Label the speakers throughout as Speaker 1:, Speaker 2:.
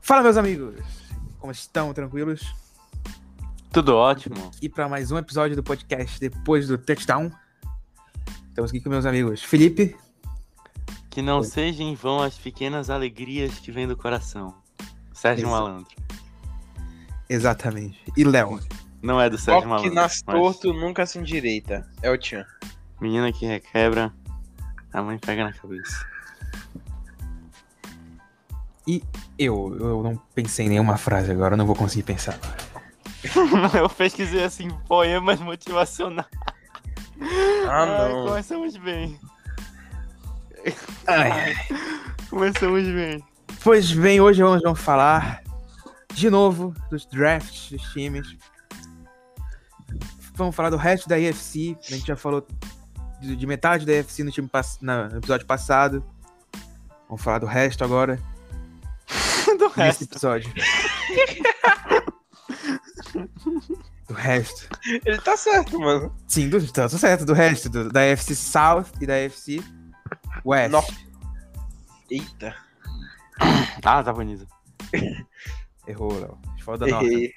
Speaker 1: Fala, meus amigos! Como estão? Tranquilos?
Speaker 2: Tudo ótimo.
Speaker 1: E para mais um episódio do podcast Depois do Touchdown. Estamos aqui com meus amigos Felipe,
Speaker 2: Que não seja em vão as pequenas alegrias que vêm do coração. Sérgio
Speaker 1: Exato.
Speaker 2: Malandro.
Speaker 1: exatamente, e Léo.
Speaker 2: Não é do Sérgio
Speaker 3: Ó que
Speaker 2: Malandro.
Speaker 3: nasce
Speaker 2: mas
Speaker 3: torto nunca se endireita. É o Tchan.
Speaker 2: Menina que requebra, a mãe pega na cabeça.
Speaker 1: Eu, eu não pensei em nenhuma frase agora, eu não vou conseguir pensar.
Speaker 2: Eu pesquisei assim, poemas motivacionais.
Speaker 3: Ah,
Speaker 2: Ai,
Speaker 3: não.
Speaker 2: começamos bem.
Speaker 1: Ai,
Speaker 2: Começamos bem.
Speaker 1: Pois bem, hoje vamos, vamos falar de novo dos drafts dos times. Vamos falar do resto da EFC. A gente já falou de, de metade da EFC no, time pass- na- no episódio passado. Vamos falar do resto agora
Speaker 2: Do
Speaker 1: nesse
Speaker 2: resto.
Speaker 1: episódio. do resto.
Speaker 3: Ele tá certo, mano.
Speaker 1: Sim, do, tá tudo certo, do resto, do- da FC South e da FC West.
Speaker 3: Norte. Eita.
Speaker 2: Ah, tá bonito.
Speaker 1: Errou, Léo. Foda norte.
Speaker 3: Errei.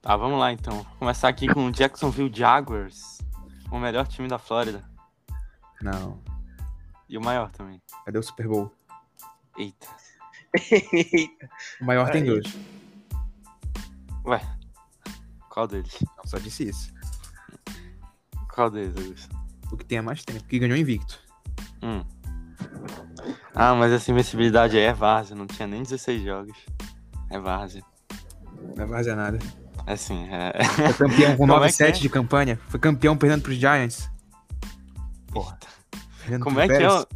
Speaker 2: Tá, vamos lá então. Vou começar aqui com o Jacksonville Jaguars, o melhor time da Flórida.
Speaker 1: Não.
Speaker 2: E o maior também.
Speaker 1: Cadê o Super Bowl?
Speaker 2: Eita.
Speaker 3: Eita.
Speaker 1: O maior tem
Speaker 3: Aí.
Speaker 1: dois.
Speaker 2: Ué. Qual deles?
Speaker 1: Não, só disse isso.
Speaker 2: Qual deles, Augusto?
Speaker 1: O que tem é mais tempo, que ganhou invicto.
Speaker 2: Hum. Ah, mas essa invencibilidade aí é várzea, não tinha nem 16 jogos. É várzea.
Speaker 1: Não vai fazer nada.
Speaker 2: É Assim, é.
Speaker 1: Foi campeão com
Speaker 2: Como é que
Speaker 1: 9-7
Speaker 2: é?
Speaker 1: de campanha. Foi campeão perdendo pros Giants.
Speaker 2: Porra.
Speaker 1: Perdendo
Speaker 2: Como
Speaker 1: pro
Speaker 2: é que é?
Speaker 1: Bears.
Speaker 2: o-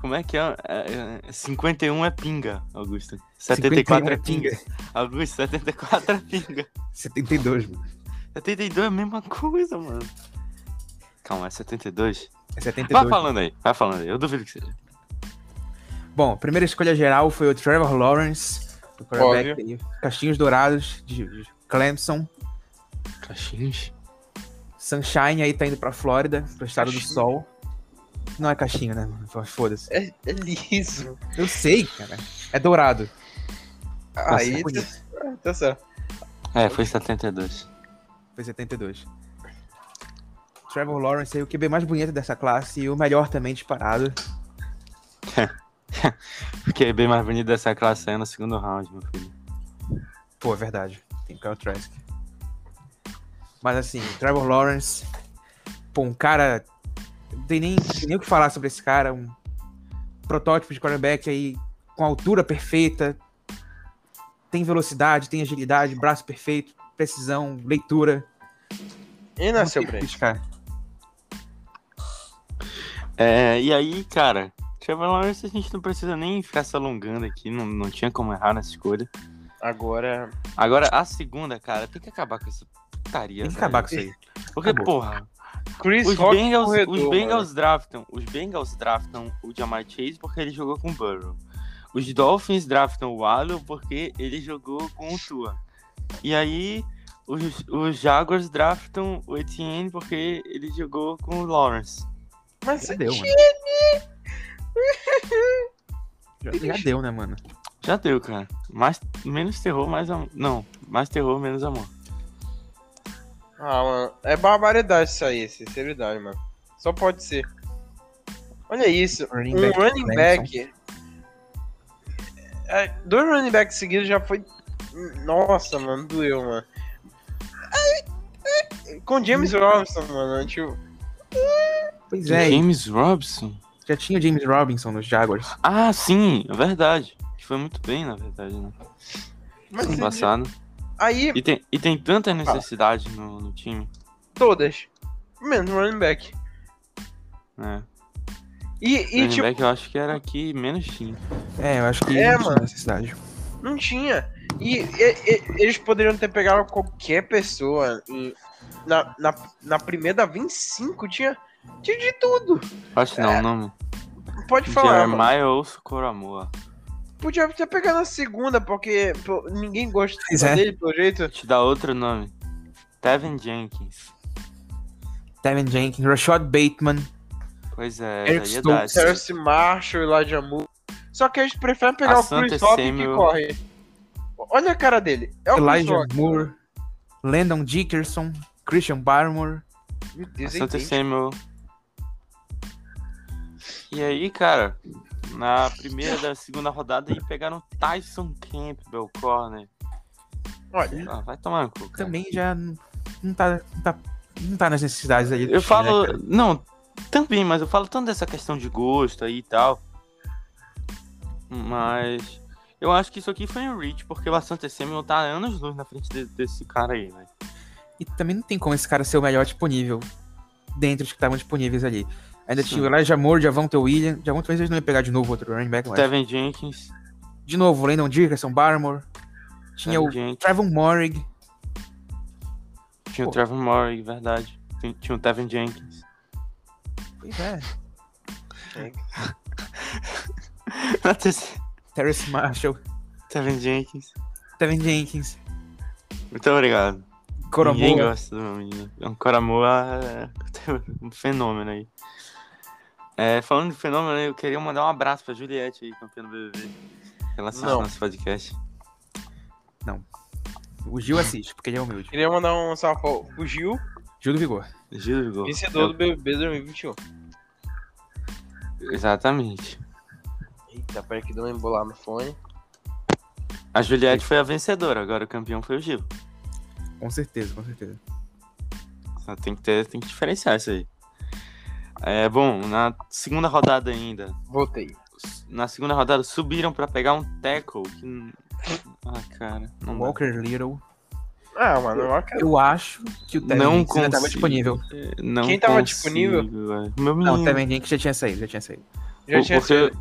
Speaker 2: Como é que é? é, é, 51 é pinga, Augusto. 74 é
Speaker 1: 51
Speaker 2: pinga. Augusto, 74 é pinga.
Speaker 1: 72, mano.
Speaker 2: 72 é a mesma coisa, mano. Calma, é 72?
Speaker 1: É
Speaker 2: Vai
Speaker 1: 72.
Speaker 2: falando aí, vai falando aí. Eu duvido que seja.
Speaker 1: Bom, a primeira escolha geral foi o Trevor Lawrence, o quarterback aí, Castinhos Dourados, de de Clemson.
Speaker 2: Caixinhos?
Speaker 1: Sunshine aí tá indo pra Flórida, pro estado do
Speaker 3: Caixinha.
Speaker 1: sol. Não é caixinha, né? mano? Foda-se.
Speaker 3: É, é liso.
Speaker 1: Eu sei, cara. É dourado.
Speaker 3: Aí
Speaker 1: é
Speaker 3: tá,
Speaker 1: bonito.
Speaker 3: ah, tá certo.
Speaker 2: É, foi 72.
Speaker 1: Foi 72. Trevor Lawrence aí, o QB mais bonito dessa classe e o melhor também disparado.
Speaker 2: Porque é bem mais bonito dessa classe aí no segundo round, meu filho.
Speaker 1: Pô, é verdade. Tem Kyle Trask. Mas assim, Trevor Lawrence, pô, um cara. Não tem nem, tem nem o que falar sobre esse cara. Um protótipo de quarterback aí com altura perfeita. Tem velocidade, tem agilidade, braço perfeito, precisão, leitura.
Speaker 3: E
Speaker 1: Não
Speaker 3: nasceu
Speaker 1: tem o que
Speaker 3: pra ele.
Speaker 1: criticar.
Speaker 2: É, e aí, cara, Trevor Lawrence a gente não precisa nem ficar se alongando aqui, não, não tinha como errar nessa escolha.
Speaker 3: Agora.
Speaker 2: Agora, a segunda, cara, tem que acabar com essa putaria.
Speaker 1: Tem que
Speaker 2: velho.
Speaker 1: acabar com isso aí.
Speaker 2: Porque,
Speaker 1: Acabou.
Speaker 2: porra,
Speaker 3: Chris
Speaker 2: os
Speaker 3: Rock
Speaker 2: Bengals,
Speaker 3: corredor,
Speaker 2: os Bengals draftam, os Bengals draftam o Jamar Chase porque ele jogou com o Burrow. Os Dolphins draftam o Waddle porque ele jogou com o Tua. E aí, os, os Jaguars draftam o Etienne porque ele jogou com o Lawrence.
Speaker 3: Mas
Speaker 1: Já deu, mano. Já, já deu, né, mano?
Speaker 2: Já deu, cara. Mais, menos terror, mais amor. Não, mais terror, menos amor.
Speaker 3: Ah, mano. É barbaridade isso aí, sinceridade, mano. Só pode ser. Olha isso.
Speaker 1: Running
Speaker 3: um
Speaker 1: back
Speaker 3: running
Speaker 1: Clemson.
Speaker 3: back. É, dois running backs seguidos já foi. Nossa, mano, doeu, mano. Com James
Speaker 1: Hum.
Speaker 3: Robinson, mano. Tipo,
Speaker 1: Pois é, e
Speaker 2: James Robson?
Speaker 1: já tinha o James Robinson nos Jaguars.
Speaker 2: Ah, sim, é verdade. Que foi muito bem, na verdade, né?
Speaker 3: mas Ah.
Speaker 2: ano
Speaker 3: se-
Speaker 2: passado.
Speaker 3: aí,
Speaker 2: E tem, e tem tanta necessidade no, no time,
Speaker 3: todas. Menos running back.
Speaker 2: né?
Speaker 3: E,
Speaker 2: E,
Speaker 3: e tipo,
Speaker 2: back, eu acho que era aqui menos time.
Speaker 1: É, eu acho que
Speaker 3: É,
Speaker 1: não tinha
Speaker 3: mano.
Speaker 1: necessidade.
Speaker 3: não tinha. E, e- e- eles poderiam ter pegado qualquer pessoa. E na, na, na primeira 25 tinha, tinha de tudo.
Speaker 2: Acho que não, o nome.
Speaker 3: Pode É, falar, mano.
Speaker 2: Jeremiah ou Socoramoa.
Speaker 3: Podia ter pegado na segunda, porque pô, ninguém gosta
Speaker 1: Pois é.
Speaker 3: dele, pelo jeito.
Speaker 2: Te dá outro nome. Tevin Jenkins.
Speaker 1: Tevin Jenkins, Rashad Bateman.
Speaker 2: Pois é,
Speaker 1: Eric
Speaker 2: daí é
Speaker 1: Stokes.
Speaker 2: dar, assim.
Speaker 3: Terrence Marshall e Elijah Moore. Só que a é gente prefere pegar o
Speaker 2: Asante
Speaker 3: Chris Hobbs que
Speaker 2: Samuel.
Speaker 3: corre. Olha a cara dele. É o Chris
Speaker 1: Elijah
Speaker 3: Rock.
Speaker 1: Moore, Landon Dickerson, Christian Barmore.
Speaker 3: Meu Deus, é
Speaker 2: Santa
Speaker 3: idêntico.
Speaker 2: Samuel. E aí, cara, na primeira da segunda rodada, eles pegaram Tyson Campbell, corner.
Speaker 3: Olha,
Speaker 2: Ah, vai tomar no cu, cara.
Speaker 1: Também já não não tá, não tá, não tá nas necessidades aí. do
Speaker 2: Eu
Speaker 1: time,
Speaker 2: falo.
Speaker 1: né, cara?
Speaker 2: não, também, mas eu falo tanto dessa questão de gosto aí e tal. Mas. Eu acho que isso aqui foi um reach, porque o Santa Samuel tá anos luz na frente de- desse cara aí, né? velho.
Speaker 1: E também não tem como esse cara ser o melhor disponível dentre os que estavam disponíveis ali. Ainda
Speaker 2: Sim.
Speaker 1: tinha o Elijah Moore, Javonte William. Javonte Williams não ia pegar de novo outro running back, mas...
Speaker 2: Tevin Jenkins.
Speaker 1: De novo, o Landon Dickerson, Barmore. Tinha
Speaker 2: Tevin
Speaker 1: o
Speaker 2: Jenkins,
Speaker 1: Trevon Morig.
Speaker 2: tinha o
Speaker 1: pô.
Speaker 2: Trevor Murray, verdade. Tinha- Tinha o Tevin Jenkins.
Speaker 1: Pois é.
Speaker 2: Na terceira-
Speaker 1: Terrence Marshall,
Speaker 2: Tevin Jenkins.
Speaker 1: Tevin Jenkins,
Speaker 2: Muito obrigado. Ninguém
Speaker 1: Coromoa.
Speaker 2: gosta do meu menino. É um Coramoa é um fenômeno aí. É, falando de fenômeno, eu queria mandar um abraço pra Juliette aí, campeã do BBB. Ela assiste
Speaker 3: Não.
Speaker 2: nosso podcast.
Speaker 1: O Gil assiste, porque ele é humilde.
Speaker 3: queria mandar um salve pro pro Gil,
Speaker 1: Gil do Vigor.
Speaker 2: Gil do Gol.
Speaker 3: vencedor do BBB 2021.
Speaker 2: Eu- Exatamente.
Speaker 3: Eita, peraí que deu uma embolar no fone.
Speaker 2: A Juliette foi a vencedora, agora o campeão foi o Gil.
Speaker 1: Com certeza, com certeza.
Speaker 2: Só Tem que, ter, tem que diferenciar isso aí. É, bom, na segunda rodada ainda,
Speaker 3: Voltei.
Speaker 2: na segunda rodada subiram pra pegar um tackle. Que... Ah, cara. Não, dá.
Speaker 1: Walker Little.
Speaker 3: Ah, mano, eu acho que-
Speaker 1: Eu acho que o Tevin
Speaker 2: Não
Speaker 1: Jenkins ainda tava
Speaker 2: consigo.
Speaker 1: disponível.
Speaker 2: não
Speaker 3: Quem tava
Speaker 2: consigo,
Speaker 3: disponível?
Speaker 2: velho. Meu
Speaker 1: Não,
Speaker 2: menino.
Speaker 1: o Tevin Jenkins já tinha saído, já tinha saído.
Speaker 3: já
Speaker 2: Por-
Speaker 3: tinha
Speaker 2: porque,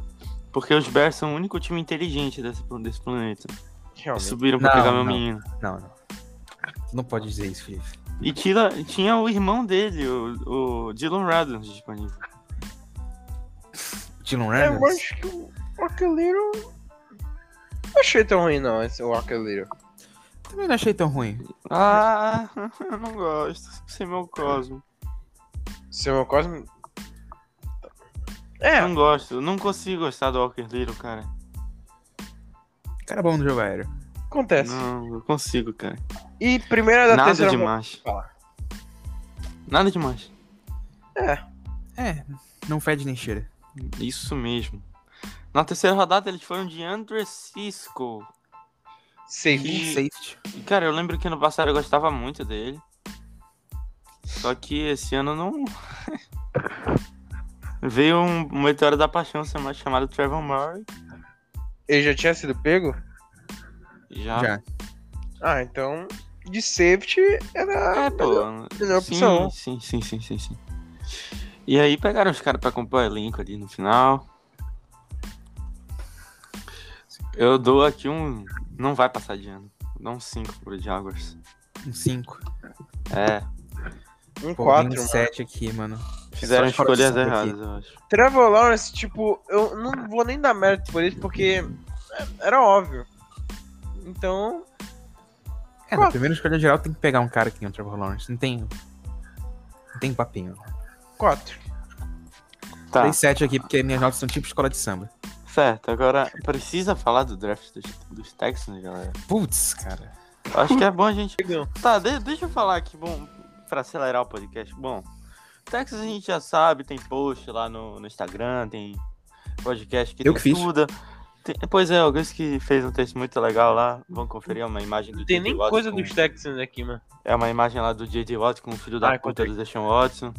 Speaker 2: porque os Bears são o único time inteligente desse, plan- desse planeta.
Speaker 3: realmente.
Speaker 2: Subiram pra
Speaker 1: Não,
Speaker 2: pegar meu
Speaker 1: não.
Speaker 2: menino.
Speaker 1: Não, não. Tu não pode dizer isso, Felipe.
Speaker 2: E tira- tinha o irmão dele, o, o Dylan Radons, disponível.
Speaker 1: Dylan
Speaker 2: É,
Speaker 3: É, Eu
Speaker 1: Randall?
Speaker 3: acho que o Arqueleiro. Não achei tão ruim, não, esse o Arqueleiro.
Speaker 1: Também não achei tão ruim.
Speaker 2: Ah, eu não gosto. Sem meu Cosmo.
Speaker 3: Seu Cosmo. É,
Speaker 2: Não gosto. Não consigo gostar do Walker Little, cara.
Speaker 1: Cara bom no jogo aéreo.
Speaker 3: acontece.
Speaker 2: Não, eu consigo, cara.
Speaker 3: E primeira da
Speaker 2: Nada
Speaker 3: É. terceira.
Speaker 2: demais.
Speaker 3: falar.
Speaker 2: Nada demais.
Speaker 1: É, não fede nem cheira.
Speaker 2: Isso mesmo. Na terceira rodada eles foram de Andrew Cisco.
Speaker 3: Safe.
Speaker 2: E-
Speaker 1: Um Safety.
Speaker 2: E, Cara, eu lembro que no passado eu gostava muito dele. Só que esse ano não. Veio um um meteoro da paixão chama- chamado Trevor Murray.
Speaker 3: Ele já tinha sido pego?
Speaker 2: Já.
Speaker 1: Já.
Speaker 3: Ah, então. De safety era.
Speaker 2: É, pô.
Speaker 3: melhor
Speaker 2: sim,
Speaker 3: opção.
Speaker 2: Sim, sim, sim, sim, sim. E aí pegaram os caras pra compor o elenco ali no final. Eu dou aqui um. Não vai passar de ano. Eu Dou um 5 pro Jaguars.
Speaker 1: Um 5.
Speaker 2: É.
Speaker 3: Um
Speaker 1: Pô,
Speaker 3: 4,
Speaker 1: um
Speaker 3: mano.
Speaker 1: 7 aqui, mano.
Speaker 2: Fizeram
Speaker 1: Só de coração
Speaker 2: escolhas
Speaker 1: aqui.
Speaker 2: erradas, eu acho.
Speaker 3: Trevor Lawrence, tipo, eu não vou nem dar mérito por isso, porque é- era óbvio. Então,
Speaker 1: É, na primeira escolha geral tem que pegar um cara que nem o Trevor Lawrence. Não tem. Não tem papinho.
Speaker 3: 4.
Speaker 2: Tá.
Speaker 1: Dei 7 aqui porque minhas notas são tipo escola de samba.
Speaker 2: Certo, agora precisa falar do draft dos, dos Texans, galera.
Speaker 1: Putz, cara.
Speaker 2: Eu Acho que é bom a gente. Tá, de- deixa eu falar aqui, bom, pra acelerar o podcast. Bom, Texas a gente já sabe, tem post lá no, no Instagram, tem podcast que
Speaker 1: Eu
Speaker 2: tem
Speaker 1: que fiz.
Speaker 2: tudo. Tem- pois é, alguém que fez um texto muito legal lá. Vão conferir é uma imagem do
Speaker 3: Não tem
Speaker 2: J.J.
Speaker 3: nem
Speaker 2: Watt
Speaker 3: coisa
Speaker 2: com-
Speaker 3: dos Texans aqui, mano.
Speaker 2: É uma imagem lá do J.J. Watt com o filho da
Speaker 3: Ah,
Speaker 2: puta
Speaker 3: encontrei.
Speaker 2: do Deshaun Watson.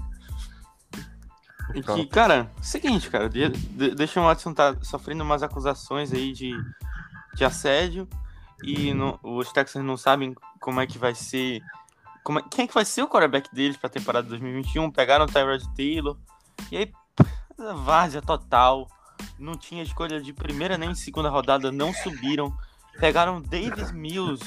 Speaker 2: E que,
Speaker 1: Pronto.
Speaker 2: cara, seguinte, cara, de, de, Deshaun Watson tá sofrendo umas acusações aí de, de assédio e não- os Texans não sabem como é que vai ser. como é- quem é que vai ser o quarterback deles pra temporada 2021? Pegaram o Tyrod Taylor e aí várzea total. Não tinha escolha de primeira nem de segunda rodada, não subiram. Pegaram Davis Mills,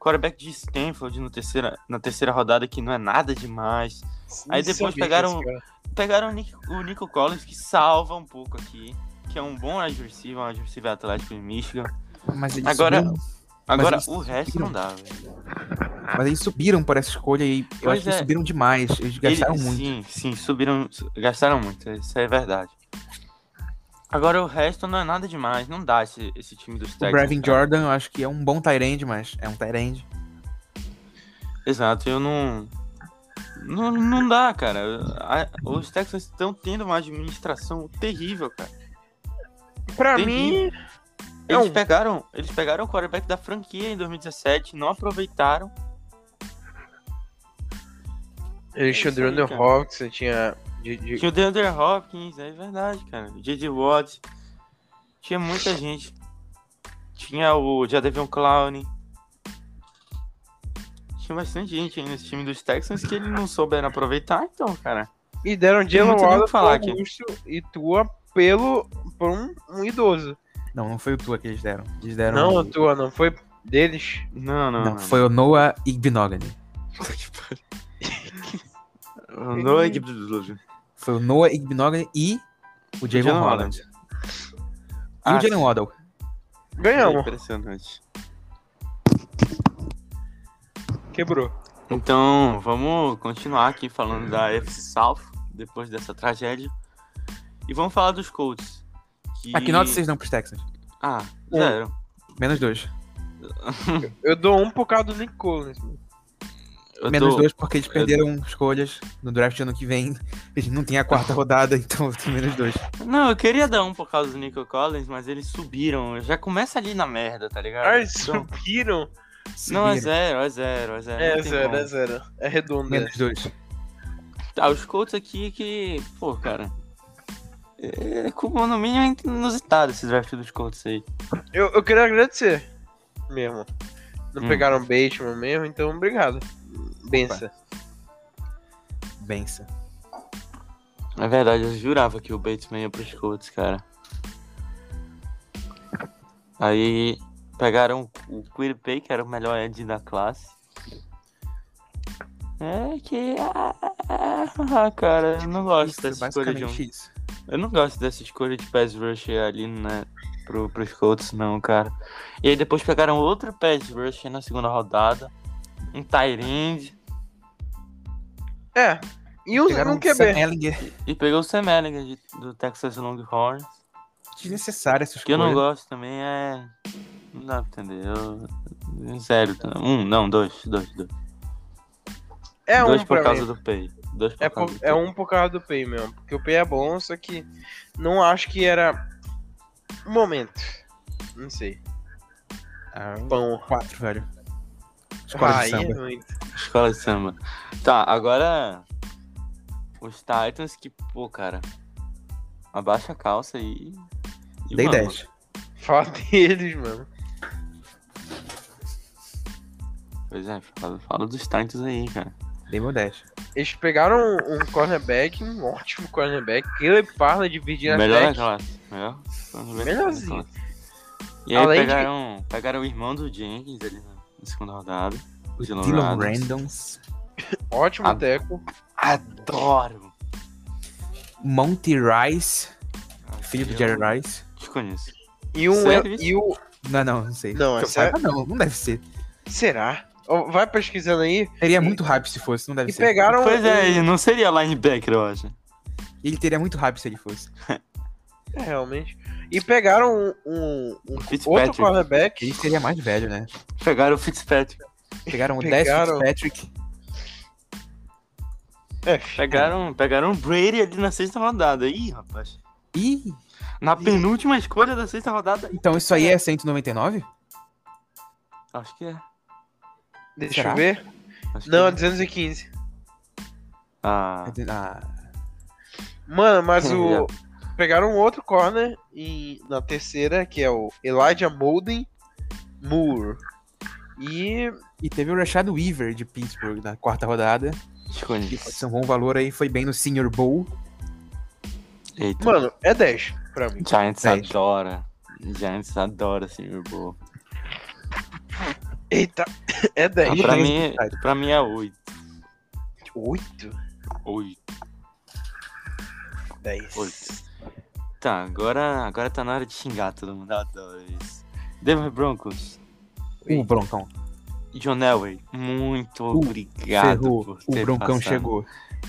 Speaker 2: quarterback de Stanford no terceira, na terceira rodada, que não é nada demais Aí
Speaker 3: Não
Speaker 2: depois
Speaker 3: sabia
Speaker 2: pegaram-
Speaker 3: desse cara.
Speaker 2: pegaram o Nick- o Nico Collins, que salva um pouco aqui, que é um bom adversivo, um adversivo atlético de Michigan.
Speaker 1: Mas eles
Speaker 2: Agora-
Speaker 1: subiram,
Speaker 2: Agora,
Speaker 1: eles
Speaker 2: o resto não dá, velho.
Speaker 1: mas eles subiram por essa escolha e eu
Speaker 2: Pois
Speaker 1: acho que eles
Speaker 2: é.
Speaker 1: subiram demais. Eles gastaram
Speaker 2: Ele-
Speaker 1: muito.
Speaker 2: Sim, sim, subiram, gastaram muito, isso é verdade. Agora o resto não é nada demais. Não dá esse, esse time dos
Speaker 1: O
Speaker 2: Texans.
Speaker 1: Brevin
Speaker 2: cara.
Speaker 1: Jordan, eu acho que é um bom Tyrande, mas é um Tyrande.
Speaker 2: Exato, eu não. Não, não dá, cara. A- os Texans estão tendo uma administração terrível, cara.
Speaker 3: Pra
Speaker 2: Entendi.
Speaker 3: mim, É
Speaker 2: Eles
Speaker 3: um-
Speaker 2: pegaram, eles pegaram o quarterback da franquia em 2017, não aproveitaram.
Speaker 3: eles tinham o
Speaker 2: É isso aí,
Speaker 3: Drandon
Speaker 2: cara.
Speaker 3: Hawks, você tinha. de- de-
Speaker 2: Tinha o DeAndre Hopkins, é verdade, cara. J.D. Watt. Tinha muita gente. Tinha o Jadevion um Clown. Tinha bastante gente aí nesse time dos Texans que eles não souberam aproveitar, então, cara.
Speaker 3: E deram
Speaker 2: muito
Speaker 3: Jalen
Speaker 2: nem o que
Speaker 3: Wallace,
Speaker 2: falar
Speaker 3: falar
Speaker 2: aqui.
Speaker 3: Augusto e Tua pelo por um, um idoso.
Speaker 1: Não, não foi o Tua que eles deram. Eles deram. um-
Speaker 2: um
Speaker 3: Não, o Tua, não foi deles.
Speaker 2: Não, não.
Speaker 1: Não, foi o Noah Igbinogne.
Speaker 2: o Noah Gibbs.
Speaker 1: Foi o Noah Igbinogne e o Jalen
Speaker 2: Jalen
Speaker 1: Holland. E
Speaker 2: Ah,
Speaker 1: o Jalen Waddle.
Speaker 3: Ganhamos.
Speaker 2: É Impressionante.
Speaker 3: Quebrou.
Speaker 2: Então, vamos continuar aqui falando da FC South, depois dessa tragédia. E vamos falar dos Colts. Que...
Speaker 1: Ah, que nota vocês dão pros Texans?
Speaker 2: Ah, zero.
Speaker 1: Menos dois.
Speaker 3: Eu dou um por causa do Nick Collins.
Speaker 2: Eu
Speaker 1: Menos
Speaker 2: dou-
Speaker 1: dois porque eles
Speaker 2: eu
Speaker 1: perderam escolhas no draft ano que vem. Eles não têm a quarta rodada, então eu tenho menos dois.
Speaker 2: Não, eu queria dar um por causa do Nico Collins, mas eles subiram. Já começa ali na merda, tá ligado?
Speaker 3: Ah, eles
Speaker 2: Então,
Speaker 3: subiram.
Speaker 2: Não, é
Speaker 1: Subiram.
Speaker 2: zero, é zero, é zero.
Speaker 3: É,
Speaker 2: não tem
Speaker 3: zero,
Speaker 2: como.
Speaker 3: é zero. É redondo.
Speaker 1: Menos dois.
Speaker 2: Tá, os Colts aqui que. Pô, cara. É como no mínimo é inusitado esse draft dos Colts aí.
Speaker 3: Eu, eu queria agradecer. Mesmo. Não
Speaker 2: Hum.
Speaker 3: pegaram Bateman mesmo, então obrigado. Bença.
Speaker 1: Benção.
Speaker 2: É verdade, eu jurava que o Bateman ia pros Colts, cara. Aí pegaram o Quirpay, que era o melhor Ed da classe. É que. Ah, cara, eu não gosto
Speaker 1: Isso, é
Speaker 2: dessa escolha de um.
Speaker 1: basicamente isso.
Speaker 2: Eu não gosto dessa escolha de pass rusher ali, né? Pro, pros Colts, não, cara. E aí depois pegaram outro pass rusher na segunda rodada. Um Tyrande.
Speaker 3: É. E um,
Speaker 1: Pegaram
Speaker 3: um
Speaker 1: o Sam
Speaker 3: QB.
Speaker 1: Ellinger.
Speaker 2: E pegou o Sam Ellinger de- do Texas Longhorns.
Speaker 1: Desnecessária essa
Speaker 2: O que eu
Speaker 1: escolha.
Speaker 2: não gosto também é. Não dá pra entender. Eu... Zero. Um, não, dois. Dois, dois.
Speaker 3: É
Speaker 2: dois
Speaker 3: um
Speaker 2: por
Speaker 3: pra
Speaker 2: causa
Speaker 3: mim.
Speaker 2: do Pay. Dois por
Speaker 3: É,
Speaker 2: causa
Speaker 3: por-
Speaker 2: do
Speaker 3: é
Speaker 2: Pay.
Speaker 3: um por causa do Pay mesmo. Porque o Pay é bom, só que não acho que era. Momento. Não sei.
Speaker 1: Ah,
Speaker 3: Bom.
Speaker 1: quatro, velho. Escola
Speaker 3: Ah,
Speaker 1: de
Speaker 3: aí
Speaker 1: samba.
Speaker 3: é muito.
Speaker 2: Escola de samba. Tá, agora. Os Titans que, pô, cara. Abaixa a calça e. e
Speaker 1: Dei
Speaker 2: vamos.
Speaker 1: 10.
Speaker 3: Fala deles, mano.
Speaker 2: Pois é, fala, fala dos Titans aí, cara.
Speaker 1: Dei meu 10.
Speaker 3: Eles pegaram um, um cornerback, um ótimo cornerback. Ele parla de Virginia
Speaker 2: Melhor da
Speaker 3: Tech.
Speaker 2: classe. Melhor.
Speaker 3: Melhorzinho.
Speaker 2: E aí
Speaker 3: Além de-
Speaker 2: pegaram, pegaram o irmão do Jenkins ali na na segunda rodada.
Speaker 1: O
Speaker 2: Dylan
Speaker 1: Dylan,
Speaker 2: Radons.
Speaker 1: Randons.
Speaker 3: Ótimo
Speaker 2: Ah.
Speaker 3: teco.
Speaker 2: Adoro!
Speaker 1: Monty Rice. Filho do
Speaker 2: Eu
Speaker 1: Jerry Rice.
Speaker 2: Desconheço.
Speaker 3: E um.
Speaker 2: Sério isso?
Speaker 3: E o,
Speaker 1: Não, não, não sei.
Speaker 3: Não,
Speaker 1: Que eu
Speaker 3: essa é-
Speaker 1: saiba, não, não deve ser.
Speaker 3: será? Ó, Vai pesquisando aí.
Speaker 1: Teria muito hype se fosse, não deve
Speaker 3: E
Speaker 1: ser.
Speaker 3: pegaram.
Speaker 2: Pois
Speaker 3: um-
Speaker 2: é, e não seria linebacker, eu acho.
Speaker 1: Ele teria muito hype se ele fosse.
Speaker 3: É, realmente. E pegaram um, um, um outro
Speaker 2: Fitzpatrick.
Speaker 1: Ele
Speaker 3: cornerback.
Speaker 1: seria mais velho, né?
Speaker 2: Pegaram o Fitzpatrick.
Speaker 1: Pegaram o
Speaker 3: Pegaram.
Speaker 1: Des Patrick.
Speaker 3: É,
Speaker 2: Pegaram, pegaram o Brady ali na sexta rodada. Ih, rapaz.
Speaker 1: Ih,
Speaker 2: Na penúltima escolha da sexta rodada.
Speaker 1: então isso aí é 199?
Speaker 2: Acho que é.
Speaker 3: deixa
Speaker 1: será?
Speaker 3: eu ver.
Speaker 2: Acho
Speaker 3: Não,
Speaker 2: que
Speaker 3: é
Speaker 2: é.
Speaker 3: 215.
Speaker 2: Ah,
Speaker 1: Ah,
Speaker 3: Mano, mas o.
Speaker 2: Yeah.
Speaker 3: Pegaram um outro corner em, na terceira, que é o Elijah Molden Moore. E.
Speaker 1: e teve o Rashad Weaver de Pittsburgh na quarta rodada. Que pode
Speaker 2: desconheço.
Speaker 1: ser um bom valor aí, foi bem no Senior Bowl.
Speaker 2: Eita.
Speaker 3: Mano, é 10 pra mim.
Speaker 2: Giants
Speaker 1: Dez.
Speaker 2: adora. Giants adora Senior Bowl.
Speaker 3: Eita, é
Speaker 2: Ah,
Speaker 3: 10.
Speaker 2: pra,
Speaker 1: Giants
Speaker 2: mim,
Speaker 1: Giants.
Speaker 2: pra mim é 8.
Speaker 3: 8?
Speaker 2: 8.
Speaker 3: 10.
Speaker 2: Oito. Tá, agora, agora tá na hora de xingar todo mundo. Eu Adoro isso. Denver Broncos.
Speaker 1: O Broncão.
Speaker 2: John Elway, muito obrigado
Speaker 1: Uh, Ferrou.
Speaker 2: por
Speaker 1: O
Speaker 2: ter
Speaker 1: broncão
Speaker 2: passado.
Speaker 1: chegou.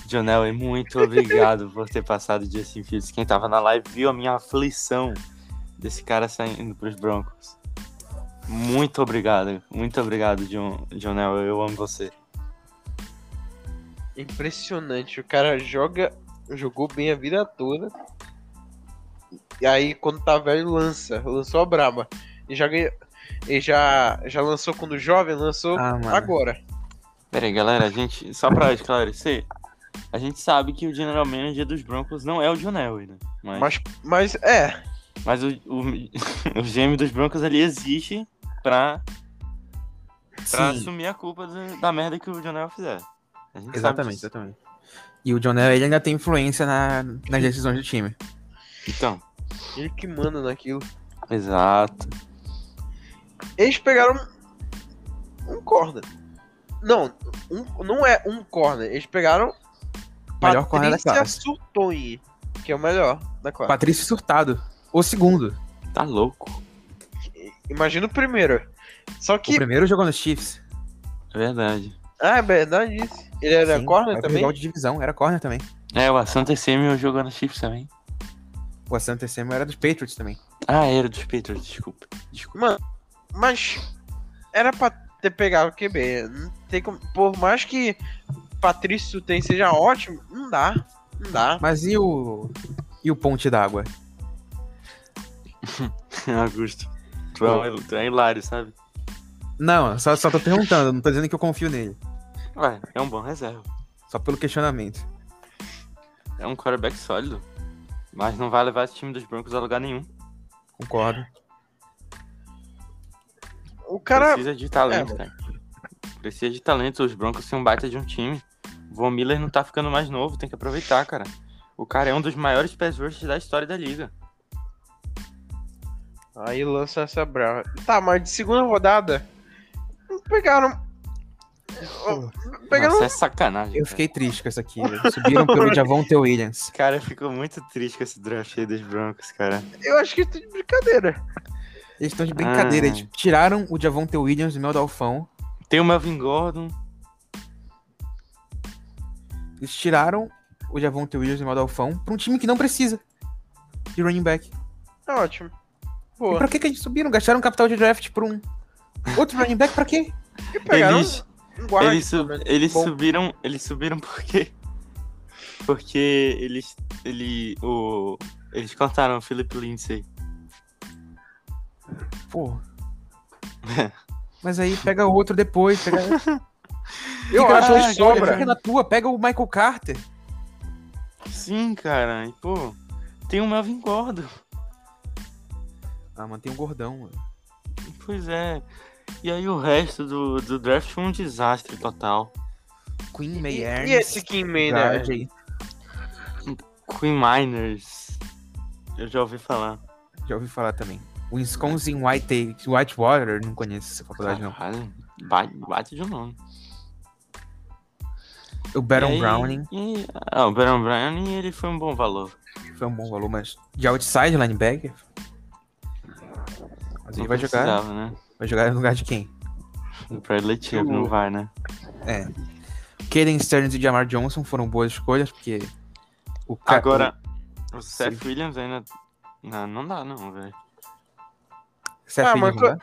Speaker 2: John Elway, muito obrigado por ter passado o Justin Fields. Quem tava na live viu a minha aflição desse cara saindo pros Broncos. Muito obrigado, muito obrigado, John, John Elway, eu amo você.
Speaker 3: Impressionante. O cara joga. Jogou bem a vida toda. E aí, quando tá velho, lança. Lançou a braba. E já ganhou. E já, já lançou quando jovem, lançou
Speaker 1: Ah, mano.
Speaker 3: agora.
Speaker 2: Pera aí, galera, a gente, só pra esclarecer, a gente sabe que o General Manager dos Broncos não é o John Elway, né? Mas, mas...
Speaker 3: Mas, mas é,
Speaker 2: o, o, o gêmeo dos Broncos, ele existe pra pra
Speaker 1: Sim,
Speaker 2: assumir a culpa do- da merda que o Jonel fizer. A gente sabe
Speaker 1: exatamente,
Speaker 2: disso.
Speaker 1: exatamente. E o John Elway, ele ainda tem influência na, nas decisões do time.
Speaker 2: Então,
Speaker 3: ele que manda naquilo.
Speaker 2: exato.
Speaker 3: Eles pegaram um, um corner. Não, um- não é um corner. Eles pegaram
Speaker 1: Melhor corner da classe.
Speaker 3: Sutton, que é o melhor da classe.
Speaker 1: Patrício Surtado, o segundo.
Speaker 2: Tá louco.
Speaker 3: Imagina o primeiro. Só
Speaker 1: O
Speaker 3: que.
Speaker 1: primeiro jogou nos Chiefs.
Speaker 2: É verdade.
Speaker 3: Ah, é verdade isso. Ele era
Speaker 1: Sim,
Speaker 3: corner
Speaker 1: era
Speaker 3: também?
Speaker 1: rival de divisão, era corner também.
Speaker 2: É, o Asante Samuel jogou no Chiefs também.
Speaker 1: O Asante Samuel era dos Patriots também.
Speaker 2: Ah, era dos Patriots, desculpa. Desculpa.
Speaker 3: Mano, mas. Era pra ter pegado o QB. Não tem como- Por mais que Patrício Sutton seja ótimo, não dá. Não dá.
Speaker 1: Mas e o. E o Ponte d'Água?
Speaker 2: Augusto. Tu é, um- tu é hilário, sabe?
Speaker 1: Não, só, só tô perguntando, não tô dizendo que eu confio nele.
Speaker 2: Ué, é um bom reserva.
Speaker 1: Só pelo questionamento.
Speaker 2: É um quarterback sólido. Mas não vai levar esse time dos Broncos a lugar nenhum.
Speaker 1: Concordo.
Speaker 3: O cara. é.
Speaker 2: Precisa de talento, cara. Precisa de talento. Os Broncos são um baita de um time. Von Miller não tá ficando mais novo, tem que aproveitar, cara. O cara é um dos maiores pass rushers da história da liga.
Speaker 3: Aí lança essa brava. Tá, mas de segunda rodada. Pegaram. Pegaram.
Speaker 2: Nossa, é sacanagem.
Speaker 1: Eu fiquei triste com isso aqui. Eles Subiram pelo Javonte Williams.
Speaker 2: Cara, ficou muito triste com esse draft aí dos Broncos, cara.
Speaker 3: Eu acho que tô de brincadeira.
Speaker 1: Eles estão de brincadeira.
Speaker 2: Ah.
Speaker 1: Eles tiraram o Javonte Williams do meu Dalfão.
Speaker 2: Tem o Melvin Gordon.
Speaker 1: Eles tiraram o Javonte Williams do meu Dalfão pra um time que não precisa de running back.
Speaker 3: Tá ótimo.
Speaker 1: E
Speaker 3: Boa.
Speaker 1: pra que, que eles subiram? Gastaram capital de draft por um outro running back pra quê?
Speaker 3: E pegaram
Speaker 2: Eles,
Speaker 3: um guarda.
Speaker 2: eles, su-
Speaker 3: também.
Speaker 2: eles
Speaker 3: Bom.
Speaker 2: subiram. Eles subiram porque. Porque eles. Ele. O. Eles cortaram o Philip Lindsay.
Speaker 1: Pô. Mas aí pega outro depois. Pega...
Speaker 3: Eu
Speaker 1: Fica na
Speaker 3: acho
Speaker 1: tua
Speaker 3: que
Speaker 1: escolha,
Speaker 3: sobra.
Speaker 1: Fica na tua, pega o Michael Carter.
Speaker 2: Sim, cara. E, pô, tem o Melvin Gordon.
Speaker 1: Ah, mano, tem um gordão. mano.
Speaker 2: Pois é. E aí o resto do, do draft foi um desastre total.
Speaker 1: Queen
Speaker 3: E,
Speaker 1: May
Speaker 3: e
Speaker 1: Ernst,
Speaker 3: esse Kim May, né?
Speaker 1: Gardner.
Speaker 2: Queen Miners. Eu já ouvi falar.
Speaker 1: Já ouvi falar também. Wisconsin White Whitewater, não conheço essa faculdade, não.
Speaker 2: Caralho, ba- Bate de um nome.
Speaker 1: O Baron
Speaker 2: E aí-
Speaker 1: Browning
Speaker 2: e- ah, o Baron Browning ele foi um bom valor.
Speaker 1: foi um bom valor, mas de outside linebacker. Mas ele
Speaker 2: Não
Speaker 1: vai jogar,
Speaker 2: precisava, né?
Speaker 1: vai jogar no lugar de quem?
Speaker 2: O Bradley Chubb
Speaker 3: Eu-
Speaker 2: não vai, né?
Speaker 1: Kaden Stearns e Jamar Johnson foram boas escolhas, porque o ca-
Speaker 2: Agora, o Seth
Speaker 1: Sim.
Speaker 2: Williams ainda. Não, não dá, não, velho.
Speaker 1: o Seth
Speaker 3: Ah,
Speaker 1: Williams,
Speaker 3: mas co-
Speaker 1: né?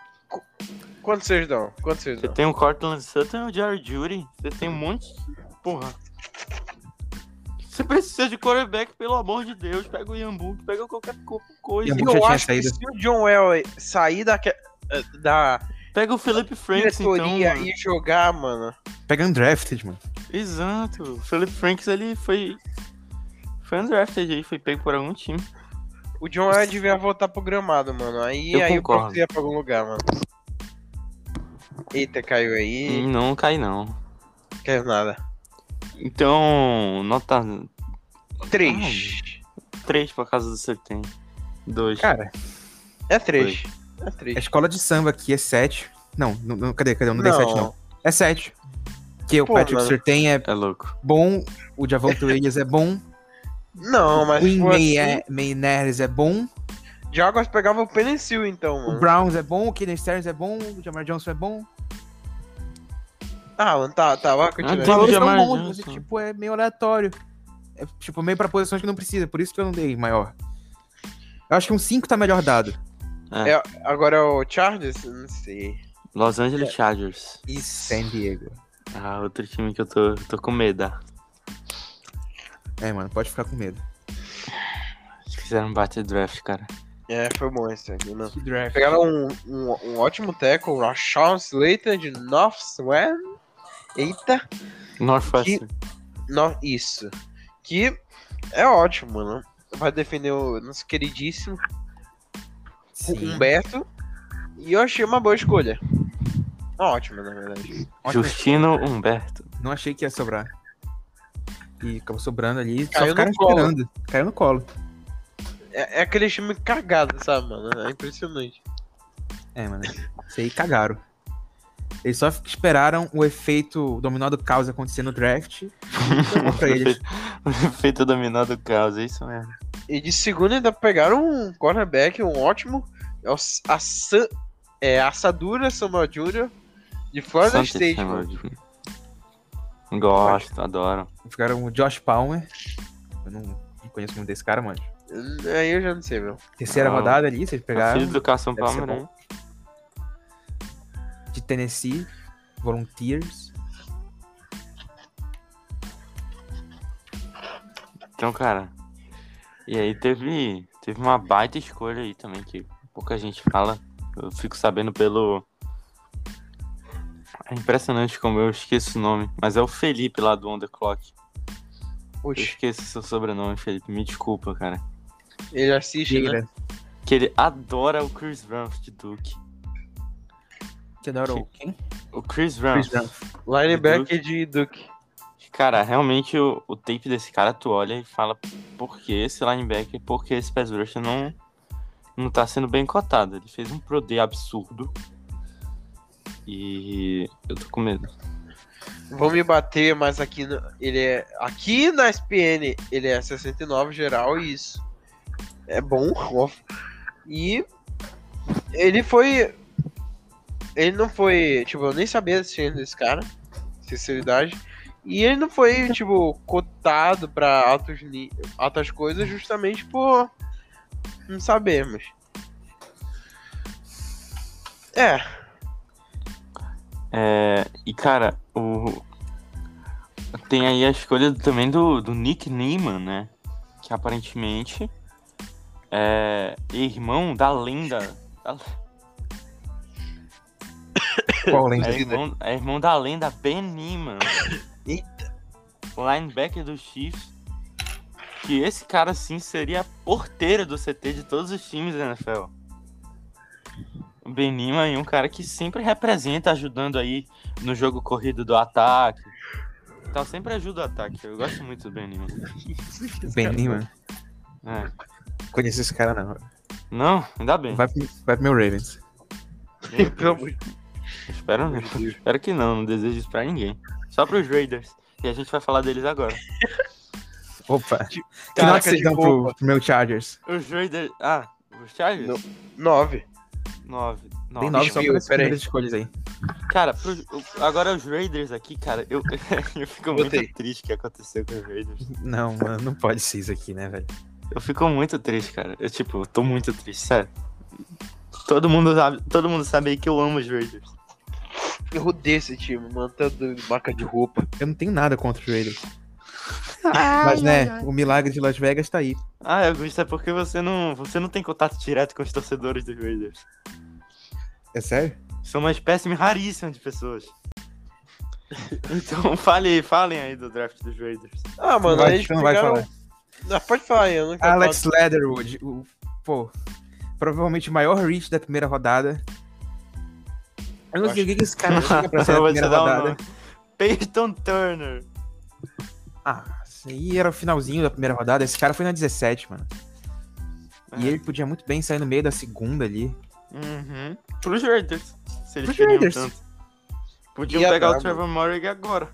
Speaker 3: Quantos vocês dão? Quantos vocês
Speaker 2: Você
Speaker 3: dão?
Speaker 2: tem o Cortland Sutton e o Jared Judy. Você tem um monte. de- Porra. Você precisa de quarterback, pelo amor de Deus. Pega o Yambu, pega qualquer co- coisa.
Speaker 1: Ian Book
Speaker 3: Eu
Speaker 1: já tinha
Speaker 3: acho que
Speaker 1: saído.
Speaker 3: se o John Elway sair daque- eh, da
Speaker 2: Pega o Felipe Franks, então.
Speaker 3: diretoria
Speaker 2: mano.
Speaker 3: e jogar, mano.
Speaker 1: Pega undrafted, mano.
Speaker 2: Exato. O Felipe Franks, ele foi. Foi undrafted aí, foi pego por algum time.
Speaker 3: O John Elway devia voltar pro gramado, mano. Aí,
Speaker 2: Eu
Speaker 3: aí o
Speaker 2: concordo.
Speaker 3: Broncos ia pra algum lugar, mano. Eita, caiu aí.
Speaker 2: Hum, Não cai, não.
Speaker 3: Não Caiu nada.
Speaker 2: Então, nota
Speaker 3: Três.
Speaker 2: 3 por causa do Sertém. 2.
Speaker 1: Cara,
Speaker 3: É três. É
Speaker 1: a
Speaker 3: três.
Speaker 1: escola de samba aqui é 7. Não, não, não, cadê, cadê? Eu não dei 7, não. É 7. Porque o
Speaker 3: Pô,
Speaker 1: Patrick
Speaker 3: mano.
Speaker 1: Surtain é
Speaker 2: É louco.
Speaker 1: bom, o Javonte Williams é bom,
Speaker 3: Não, mas
Speaker 1: Queen
Speaker 3: foi assim,
Speaker 1: May, é, May Nerds é bom,
Speaker 3: Jaguars pegava o Penicil, então,
Speaker 1: o
Speaker 3: mano.
Speaker 1: Browns é bom, o Keenan Stearns é bom, o Jamar Johnson é bom.
Speaker 3: Ah, mano, tá, tá, vai
Speaker 1: Os
Speaker 2: Ah,
Speaker 3: continuar.
Speaker 1: valores
Speaker 2: Jamal
Speaker 1: são bons, é
Speaker 3: né,
Speaker 1: mas,
Speaker 2: Johnson.
Speaker 1: tipo, é meio aleatório. É, tipo, meio pra posições que não precisa, por isso que eu não dei maior. Eu acho que um 5 tá melhor dado.
Speaker 2: tá.
Speaker 3: Agora é o Chargers? Não sei.
Speaker 2: Los
Speaker 1: É.
Speaker 2: Angeles Chargers.
Speaker 3: Isso.
Speaker 1: San Diego.
Speaker 2: Ah, outro time que eu tô, tô com medo. ah.
Speaker 1: É, mano, pode ficar com medo.
Speaker 2: Eles fizeram um bater draft, cara.
Speaker 3: É, foi bom esse aqui, mano.
Speaker 1: Que draft.
Speaker 3: Pegaram um, um, um ótimo tackle, o Rashawn Slater de Northwestern. Eita,
Speaker 2: Northwestern.
Speaker 3: no, isso. Que é ótimo, mano. Vai defender o nosso queridíssimo
Speaker 1: Sim.
Speaker 3: Humberto. E eu achei uma boa escolha. Uma ótima, na verdade.
Speaker 1: Ótimo.
Speaker 2: Justino Humberto.
Speaker 1: Não achei que ia sobrar. E acabou sobrando ali.
Speaker 3: Caiu
Speaker 1: só ficaram
Speaker 3: no colo.
Speaker 1: esperando. Caiu no colo.
Speaker 3: É, é aquele time cagado, sabe, mano? É impressionante.
Speaker 1: É, mano. Isso aí cagaram. Eles só f- esperaram o efeito dominó do caos acontecer no draft. E foi bom pra eles.
Speaker 2: Feito dominó do caos, é isso mesmo.
Speaker 3: E de segunda ainda pegaram um cornerback, um ótimo. é o S- A, Sa, é, Assadura Samuel Jr. de
Speaker 1: é
Speaker 3: Florida
Speaker 2: Santa
Speaker 3: State,
Speaker 2: Samuel
Speaker 3: mano.
Speaker 2: Jr. né, Gosto, adoro.
Speaker 1: Ficaram o Josh Palmer. Eu não não conheço muito desse cara, mano.
Speaker 3: Aí eu já não sei, meu.
Speaker 1: Terceira
Speaker 2: Não.
Speaker 1: rodada ali, vocês pegaram.
Speaker 2: Filho do Carson
Speaker 1: deve ser
Speaker 2: Palmer, né?
Speaker 1: de Tennessee, Volunteers.
Speaker 2: Então, cara. E aí teve, teve uma baita escolha aí também, que pouca gente fala. Eu fico sabendo pelo. É impressionante como eu esqueço o nome, mas é o Felipe lá do On The Clock. Eu
Speaker 3: Puxa,
Speaker 2: esqueço seu sobrenome, Felipe. Me desculpa, cara.
Speaker 3: ele assiste, né?
Speaker 1: Gira.
Speaker 2: Que ele adora o Chris Rumpf de Duke.
Speaker 1: Você adorou quem?
Speaker 2: O Chris Rumpf.
Speaker 3: Linebacker né? de Duke.
Speaker 2: Cara, realmente o, o tape desse cara, tu olha e fala por que esse linebacker, por que esse pass rusher não, não tá sendo bem cotado. Ele fez um pro day absurdo. E eu tô com medo.
Speaker 3: Vão me bater, mas aqui no, ele é. Aqui na SPN ele é 69 geral e isso. É bom. ó. E ele foi. Ele não foi. Tipo, eu nem sabia desse time desse cara. Sinceridade. E ele não foi, tipo, cotado pra altos, ni- altas coisas justamente por não sabermos. É,
Speaker 2: É, e cara, o. Tem aí a escolha também do, do Nick Neiman, né? Que aparentemente é irmão da lenda. da-
Speaker 1: Qual lenda?
Speaker 2: É irmão, é irmão da lenda Ben Neiman.
Speaker 3: Eita.
Speaker 2: Linebacker do Chiefs. Que esse cara sim seria a porteira do CT de todos os times da NFL. O Ben Neiman é um cara que sempre representa ajudando aí no jogo corrido do ataque. Então sempre ajuda o ataque. Eu gosto muito do Ben Neiman.
Speaker 1: Benny, mano.
Speaker 2: É.
Speaker 1: Conheço esse cara, não.
Speaker 2: Não, ainda bem.
Speaker 1: Vai, pro- vai pro meu Ravens. é
Speaker 2: Meu
Speaker 3: pelo
Speaker 2: Deus.
Speaker 3: amor de
Speaker 2: Espero, não.
Speaker 3: Deus.
Speaker 2: Espero que não, não desejo isso pra ninguém. Só pros Raiders. E a gente vai falar deles agora.
Speaker 1: Opa. que
Speaker 3: Caraca,
Speaker 1: nota vocês
Speaker 3: de
Speaker 1: dão
Speaker 3: boa.
Speaker 1: pro, pro meu Chargers?
Speaker 2: Os Raiders. Ah, os Chargers?
Speaker 3: Não. 9.
Speaker 2: 9.
Speaker 1: Tem nove só
Speaker 3: desvio,
Speaker 1: pelas
Speaker 3: peraí.
Speaker 1: primeiras escolhas aí.
Speaker 2: Cara, pro- o- agora os Raiders aqui, cara, eu, eu fico muito
Speaker 3: Botei.
Speaker 2: triste que aconteceu com os Raiders.
Speaker 1: Não, mano, não pode ser isso aqui, né, velho?
Speaker 2: Eu fico muito triste, cara. Eu, tipo, eu tô muito triste, sério. Todo mundo sabe, todo mundo sabe aí que eu amo os Raiders.
Speaker 3: Eu odeio esse time, mano. Tanto de marca de roupa.
Speaker 1: Eu não tenho nada contra o Raiders. Mas, né, o milagre de Las Vegas tá aí.
Speaker 2: Ah, Augusto, é porque você não, você não tem contato direto com os torcedores dos Raiders.
Speaker 1: É sério?
Speaker 2: São uma espécie raríssima de pessoas. Então falem, falem aí do draft dos Raiders.
Speaker 3: Ah, mano,
Speaker 1: vai-
Speaker 3: aí eles
Speaker 1: não vai
Speaker 3: pegaram-
Speaker 1: falar.
Speaker 3: Ah, pode falar aí, eu não quero
Speaker 1: Alex Leatherwood, o, pô, provavelmente o maior reach da primeira rodada. Eu não sei o que que esse cara chega pra ser na
Speaker 2: Eu vou te
Speaker 1: primeira
Speaker 2: dar um
Speaker 1: rodada.
Speaker 2: nome. Peyton Turner.
Speaker 1: Ah, isso aí era o finalzinho da primeira rodada. Esse cara foi na 17, mano.
Speaker 2: É.
Speaker 1: E ele podia muito bem sair no meio da segunda ali.
Speaker 2: Uhum. Pros Raiders. Se eles
Speaker 1: Pros
Speaker 2: queriam
Speaker 1: Raiders.
Speaker 2: tanto. Podiam
Speaker 3: Ia
Speaker 2: pegar
Speaker 3: dar,
Speaker 2: o Trevor Morrig agora.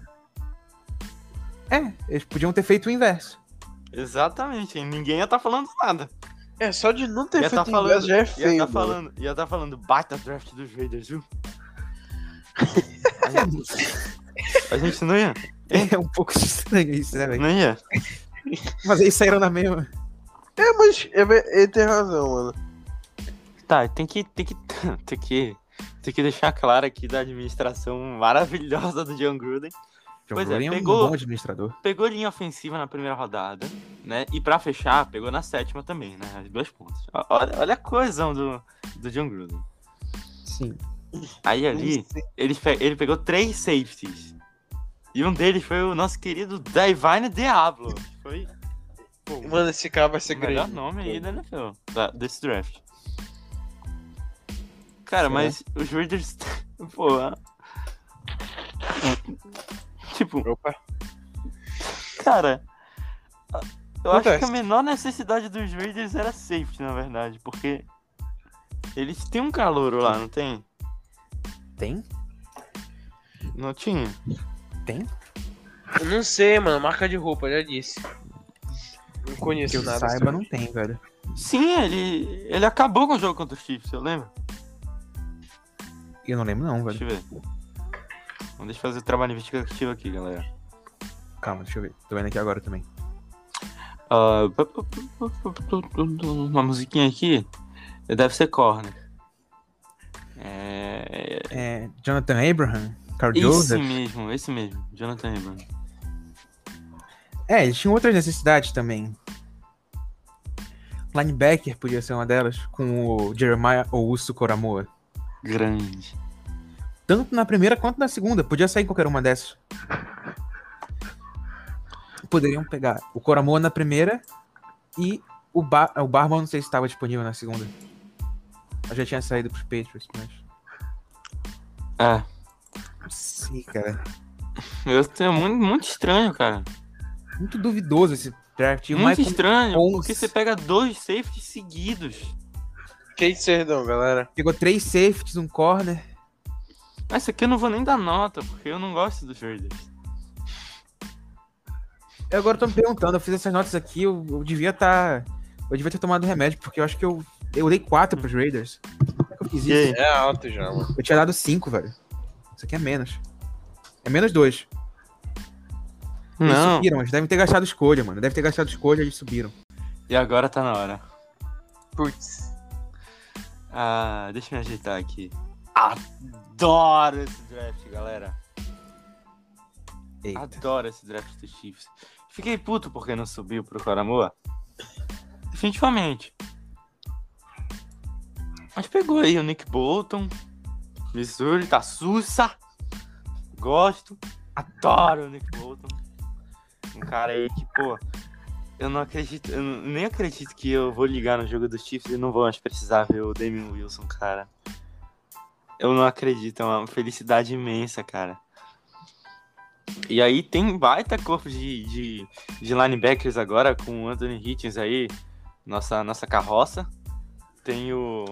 Speaker 1: É, eles podiam ter feito o inverso.
Speaker 2: Exatamente. E ninguém ia tá falando nada.
Speaker 3: falar. É, só de não ter
Speaker 2: Ia
Speaker 3: feito
Speaker 2: tá
Speaker 3: tá
Speaker 2: falando.
Speaker 3: já é
Speaker 2: ia
Speaker 3: feio,
Speaker 2: tá
Speaker 3: mano.
Speaker 2: falando. Ia tá falando baita draft dos Raiders, viu? A gente não ia.
Speaker 1: É um pouco estranho isso, né, velho?
Speaker 2: Não ia.
Speaker 1: Mas eles saíram na mesma.
Speaker 3: É, mas é ve- ele tem razão, mano.
Speaker 2: Tá, tem que, tem que, tem que, tem que deixar claro aqui da administração maravilhosa do John Gruden.
Speaker 1: John
Speaker 2: Pois é,
Speaker 1: Gruden é, um
Speaker 2: pegou-
Speaker 1: bom administrador.
Speaker 2: Pegou linha ofensiva na primeira rodada, né? E pra fechar, pegou na sétima também, né? As duas pontas. Ó- Olha, olha a coesão do, do John Gruden.
Speaker 1: Sim.
Speaker 2: Aí ali,
Speaker 3: Não sei.
Speaker 2: ele, fe- ele pegou três safeties. E um deles foi o nosso querido Divine Diablo. que Foi pô, o
Speaker 3: Mano, esse cara vai ser
Speaker 2: melhor
Speaker 3: grande.
Speaker 2: nome aí da NFL, da- desse draft. Cara, mas os Raiders. tá- Pô. ah. a- Tipo,
Speaker 3: Opa.
Speaker 2: Cara, eu acho que
Speaker 3: Acontece.
Speaker 2: a menor necessidade dos Raiders era safety, na verdade, porque eles têm um calouro lá, não tem?
Speaker 1: Tem?
Speaker 2: Não tinha.
Speaker 3: Eu não sei, mano. Marca de roupa, já disse. Não
Speaker 1: Que
Speaker 3: conheço
Speaker 1: eu
Speaker 3: nada.
Speaker 1: saiba, não tem, velho.
Speaker 2: Sim, ele, ele acabou com o jogo contra os Chiefs, eu lembro.
Speaker 1: Eu não lembro, não, velho.
Speaker 2: Deixa eu ver. Vamos deixa eu fazer o trabalho investigativo aqui, galera.
Speaker 1: Calma, deixa eu ver. Tô vendo aqui agora também.
Speaker 2: Ah, uma musiquinha aqui. Deve ser corner. É,
Speaker 1: É, Jonathan Abraham, Carl
Speaker 2: esse
Speaker 1: Joseph.
Speaker 2: mesmo, esse mesmo. Jonathan Abram.
Speaker 1: É, eles tinham outras necessidades também. Linebacker podia ser uma delas, com o Jeremiah Ousu Coramoa.
Speaker 2: Grande.
Speaker 1: Tanto na primeira quanto na segunda. Podia sair qualquer uma dessas. Poderiam pegar o Coramoa na primeira e o, Bar o Barman não sei se estava disponível na segunda. Eu já tinha saído pros Patriots, mas.
Speaker 2: É.
Speaker 1: Não sei, cara.
Speaker 2: Eu tenho muito, muito estranho, cara.
Speaker 1: Muito duvidoso esse draft. E o
Speaker 2: muito
Speaker 1: Michael
Speaker 2: estranho,
Speaker 1: Owens.
Speaker 2: porque você pega dois safeties seguidos.
Speaker 3: Que serdão, galera.
Speaker 1: pegou três safeties, um corner.
Speaker 2: Ah, isso aqui eu não vou nem dar nota, porque eu não gosto dos Raiders.
Speaker 1: Eu agora tô me perguntando, eu fiz essas notas aqui, eu, eu devia estar. eu devia ter tomado remédio, porque eu acho que eu, eu dei quatro pros Raiders. Como é que eu fiz
Speaker 2: E
Speaker 1: isso?
Speaker 2: aí?
Speaker 3: É alto já, mano.
Speaker 1: Eu tinha dado cinco, velho. Isso aqui é menos. É menos dois. Eles
Speaker 2: Não.
Speaker 1: subiram, eles devem ter gastado escolha, mano. Deve ter gastado escolha, eles subiram. é-
Speaker 2: E agora tá na hora.
Speaker 3: Putz.
Speaker 2: Ah, deixa eu me ajeitar aqui. Adoro esse draft, galera.
Speaker 1: Eita.
Speaker 2: Adoro esse draft do Chiefs. Fiquei puto porque não subiu pro Coramoa. Definitivamente. Mas pegou aí o Nick Bolton. Missouri, tá sussa. Gosto. Adoro o Nick Bolton. Um cara aí que, pô. Eu não acredito, eu não- nem acredito que eu vou ligar no jogo do Chiefs e não vou mais precisar ver o Damien Wilson, cara. Eu não acredito, é uma felicidade imensa, cara. E aí tem um baita corpo de, de, de linebackers agora, com o Anthony Hitchens aí, nossa, nossa carroça. Tem o,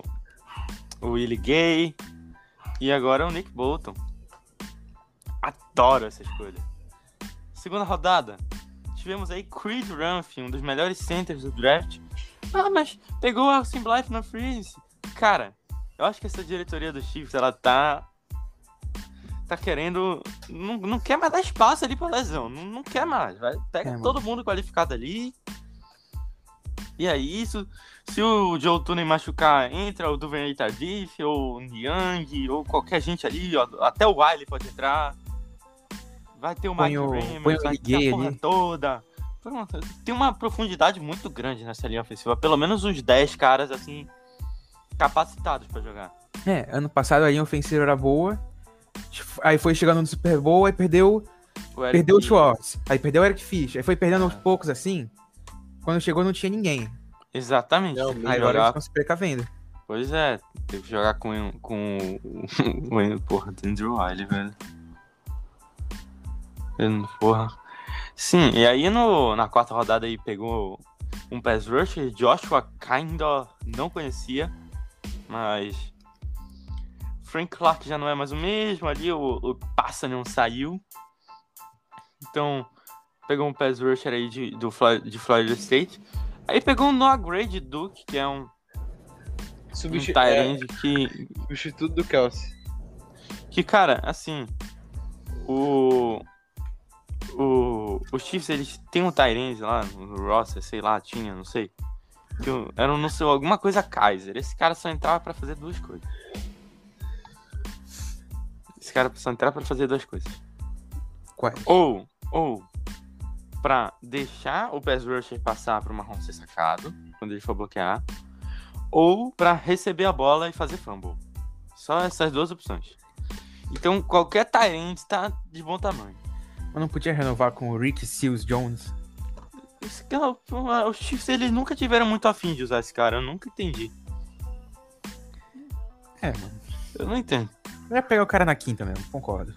Speaker 2: o Willie Gay e agora o Nick Bolton. Adoro essa escolha. Segunda rodada, tivemos aí Creed Rumph, um dos melhores centers do draft. Ah, mas pegou o Austin Blythe na freeze. Cara, eu acho que essa diretoria do Chiefs, ela tá tá querendo. Não, não quer mais dar espaço ali pra lesão. Não, não quer mais. Vai, pega
Speaker 1: É, mano.
Speaker 2: todo mundo qualificado ali. E é isso. Se o Joe Tunen machucar, entra o Duvernay Tardif, ou o Niang, ou qualquer gente ali, ó, até o Wiley pode entrar. Vai ter o
Speaker 1: Põe
Speaker 2: Mike
Speaker 1: o-
Speaker 2: Raymond,
Speaker 1: põe o
Speaker 2: vai ter
Speaker 1: Gay
Speaker 2: a porra
Speaker 1: ali.
Speaker 2: toda. Pronto, tem uma profundidade muito grande nessa linha ofensiva. Pelo menos uns 10 caras, assim, capacitados pra jogar.
Speaker 1: É, ano passado a linha ofensiva era boa. Aí foi chegando no Super Bowl, aí perdeu,
Speaker 2: O Eric
Speaker 1: perdeu o
Speaker 2: Fischer.
Speaker 1: Schwartz. Aí perdeu o Eric Fish. Aí foi perdendo aos
Speaker 2: Ah.
Speaker 1: poucos assim. Quando chegou não tinha ninguém.
Speaker 2: Exatamente.
Speaker 3: Não,
Speaker 2: Tem que
Speaker 1: Aí agora eles
Speaker 2: jogar-
Speaker 1: estão se precavendo.
Speaker 2: Pois é, teve que jogar com, com o. o- Porra, do Andrew Wiley, velho. Eu não- Porra. Sim, e aí no, na quarta rodada aí pegou um pass rusher, Joshua Kinda, não conhecia, mas. Frank Clark já não é mais o mesmo ali, o, o passa não saiu. Então, pegou um pass rusher aí de, do, Flo- de Florida State. Aí pegou um Noah Gray de Duke, que é um um
Speaker 3: Substitu é,
Speaker 2: Tyrande que,
Speaker 3: substituto do Kelsey.
Speaker 2: que, cara, assim, o, O. O. Os Chiefs, eles têm um Tyrande lá no roster, sei lá, tinha, não sei. Que eu- era um, não sei, alguma coisa Kaiser. Esse cara só entrava pra fazer duas coisas. Esse cara só entrava pra fazer duas coisas.
Speaker 1: Qua-
Speaker 2: Ou, ou, pra deixar o pass rusher passar pro marrom ser sacado, quando ele for bloquear, ou pra receber a bola e fazer fumble. Só essas duas opções. Então, qualquer Tyrant tá de bom tamanho.
Speaker 1: Eu não podia renovar com o Rick Seals Jones.
Speaker 2: Esse cara, os Chiefs, eles nunca tiveram muito afim de usar esse cara, eu nunca entendi.
Speaker 1: É, mano.
Speaker 2: Eu não entendo.
Speaker 1: Eu ia é pegar o cara na quinta mesmo, concordo.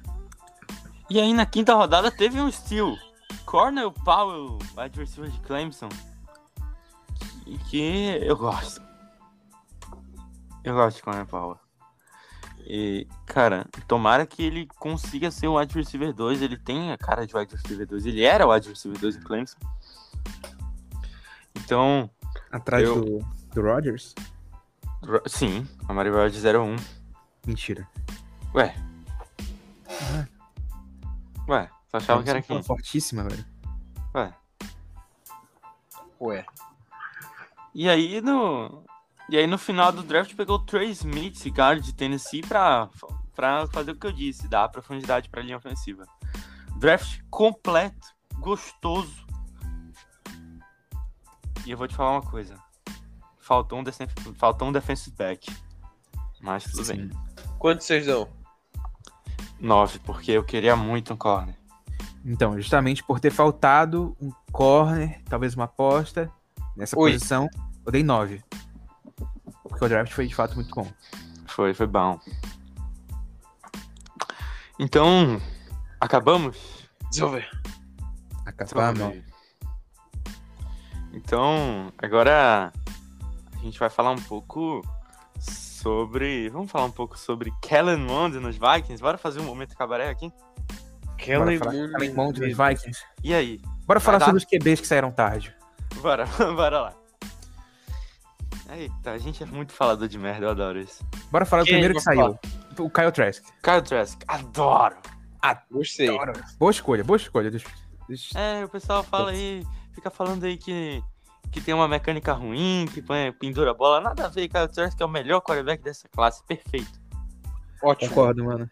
Speaker 2: E aí, na quinta rodada, teve um steal. Cornel Powell, wide receiver de Clemson. Que, que eu gosto. Eu gosto de Cornel Powell. E, cara, tomara que ele consiga ser o wide receiver 2. Ele tem a cara de wide receiver 2. Ele era o wide receiver 2 em Clemson. Então,
Speaker 1: Atrás
Speaker 2: Eu-
Speaker 1: do, do Rodgers?
Speaker 2: ro- sim, a Mary Rodgers era um.
Speaker 1: Mentira.
Speaker 2: Ué. Ué, só achava que
Speaker 1: Nossa,
Speaker 2: era quem?
Speaker 1: é uma Fortíssima, velho.
Speaker 2: Ué.
Speaker 3: Ué.
Speaker 2: E aí no. E aí no final do draft pegou o Trey Smith, esse cara de Tennessee, pra, pra fazer o que eu disse, dar profundidade pra linha ofensiva. Draft completo, gostoso. E eu vou te falar uma coisa. Faltou um, defen- faltou um defensive back. Mas tudo bem.
Speaker 3: Quanto vocês dão?
Speaker 2: Nove, porque eu queria muito um corner.
Speaker 1: Então, justamente por ter faltado um corner, talvez uma aposta nessa
Speaker 3: Oi.
Speaker 1: posição, eu dei 9. Porque o draft foi de fato muito bom.
Speaker 2: Foi, foi bom. Então, acabamos?
Speaker 3: Desenvolver.
Speaker 1: Acabamos.
Speaker 2: Tá Então, agora a gente vai falar um pouco sobre. Vamos falar um pouco sobre Kellen Mond nos Vikings? Bora fazer um momento cabaré aqui?
Speaker 1: Bora falar Tá com Kellen Mond dos Vikings.
Speaker 2: E aí?
Speaker 1: Bora falar
Speaker 2: dar.
Speaker 1: sobre os QBs que saíram tarde.
Speaker 2: Bora, bora lá. Eita, a gente é muito falador de merda, eu adoro isso.
Speaker 1: Bora falar do
Speaker 3: Quem
Speaker 1: primeiro que
Speaker 3: vai
Speaker 1: saiu. O Kyle Trask.
Speaker 2: Kyle Trask, adoro!
Speaker 3: Gostei.
Speaker 1: Boa escolha, boa escolha. Dos- dos-
Speaker 2: É, o pessoal fala aí, fica falando aí que, que tem uma mecânica ruim, que põe- pendura a bola. Nada a ver, Kyle Trask é o melhor quarterback dessa classe, perfeito.
Speaker 3: Ótimo.
Speaker 1: Concordo, mano.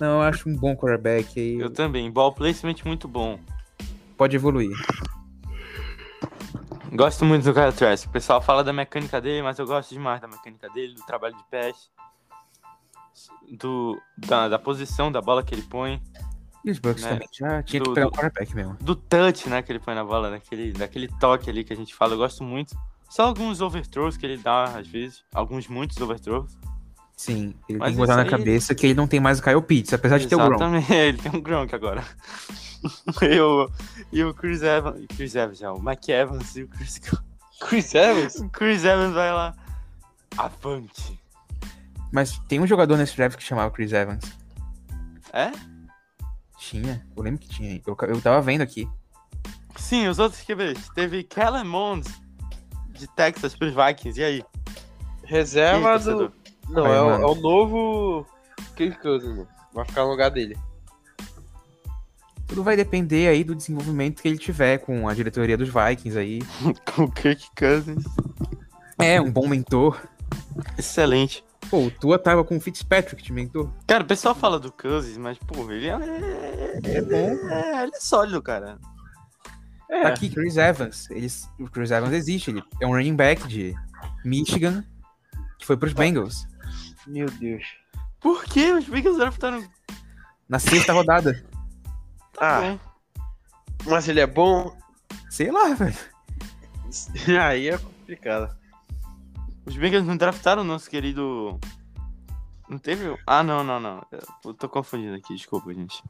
Speaker 1: Não, eu acho um bom quarterback aí.
Speaker 2: Eu também, ball placement muito bom.
Speaker 1: Pode evoluir.
Speaker 2: Gosto muito do Kyle Trask. O pessoal fala da mecânica dele, mas eu gosto demais da mecânica dele, do trabalho de pés, do, da, da posição da bola que ele põe,
Speaker 1: E os Bucks
Speaker 2: Né?
Speaker 1: também já tinha que
Speaker 2: Do-
Speaker 1: pegar o
Speaker 2: do-
Speaker 1: quarterback mesmo.
Speaker 2: do touch né, que ele põe na bola, daquele, daquele toque ali que a gente fala. Eu gosto muito. Só alguns overthrows que ele dá, às vezes. Alguns, muitos overthrows.
Speaker 1: Sim, ele tem
Speaker 2: Mas
Speaker 1: que botar
Speaker 2: isso
Speaker 1: na
Speaker 2: aí-
Speaker 1: cabeça que ele não tem mais o Kyle Pitts, apesar de ter o Gronk.
Speaker 2: Exatamente. Ele tem um Gronk agora. e, o, e o Chris Evans. e Chris Evans, não. O Mike Evans e o Chris,
Speaker 3: Chris Evans?
Speaker 2: Chris Evans vai lá. Avante.
Speaker 1: Mas tem um jogador nesse draft que chamava Chris Evans.
Speaker 2: É?
Speaker 1: Tinha, eu lembro que tinha. Eu, eu tava vendo aqui.
Speaker 2: Sim, os outros QBs. Teve Kellen Mond de Texas pros Vikings. E aí?
Speaker 3: Reserva
Speaker 2: Ih, torcedor.
Speaker 3: do. Não,
Speaker 1: Aí,
Speaker 3: é, o,
Speaker 1: mano.
Speaker 3: é o novo. Kirk Cousins, mano. Vai ficar no lugar dele.
Speaker 1: Tudo vai depender aí do desenvolvimento que ele tiver com a diretoria dos Vikings aí.
Speaker 2: Com o Kirk Cousins.
Speaker 1: É, um bom mentor.
Speaker 2: Excelente.
Speaker 1: Pô, o Tua tava com o Fitzpatrick de mentor.
Speaker 2: Cara, o pessoal fala do Cousins, mas, pô, ele é. É, é, ele é sólido, cara. É.
Speaker 1: Tá aqui, Chris Evans. Eles, o Chris Evans existe, ele é um running back de Michigan, que foi pros Bengals,
Speaker 3: Meu Deus.
Speaker 2: Por que os Vikings draftaram
Speaker 1: na sexta rodada.
Speaker 3: Ah,
Speaker 2: bem?
Speaker 3: mas ele é bom?
Speaker 1: Sei lá, velho.
Speaker 3: Aí é complicado.
Speaker 2: Os Vikings não draftaram o nosso querido. Não teve. o- Ah, não, não, não. Eu tô confundindo aqui, desculpa, gente.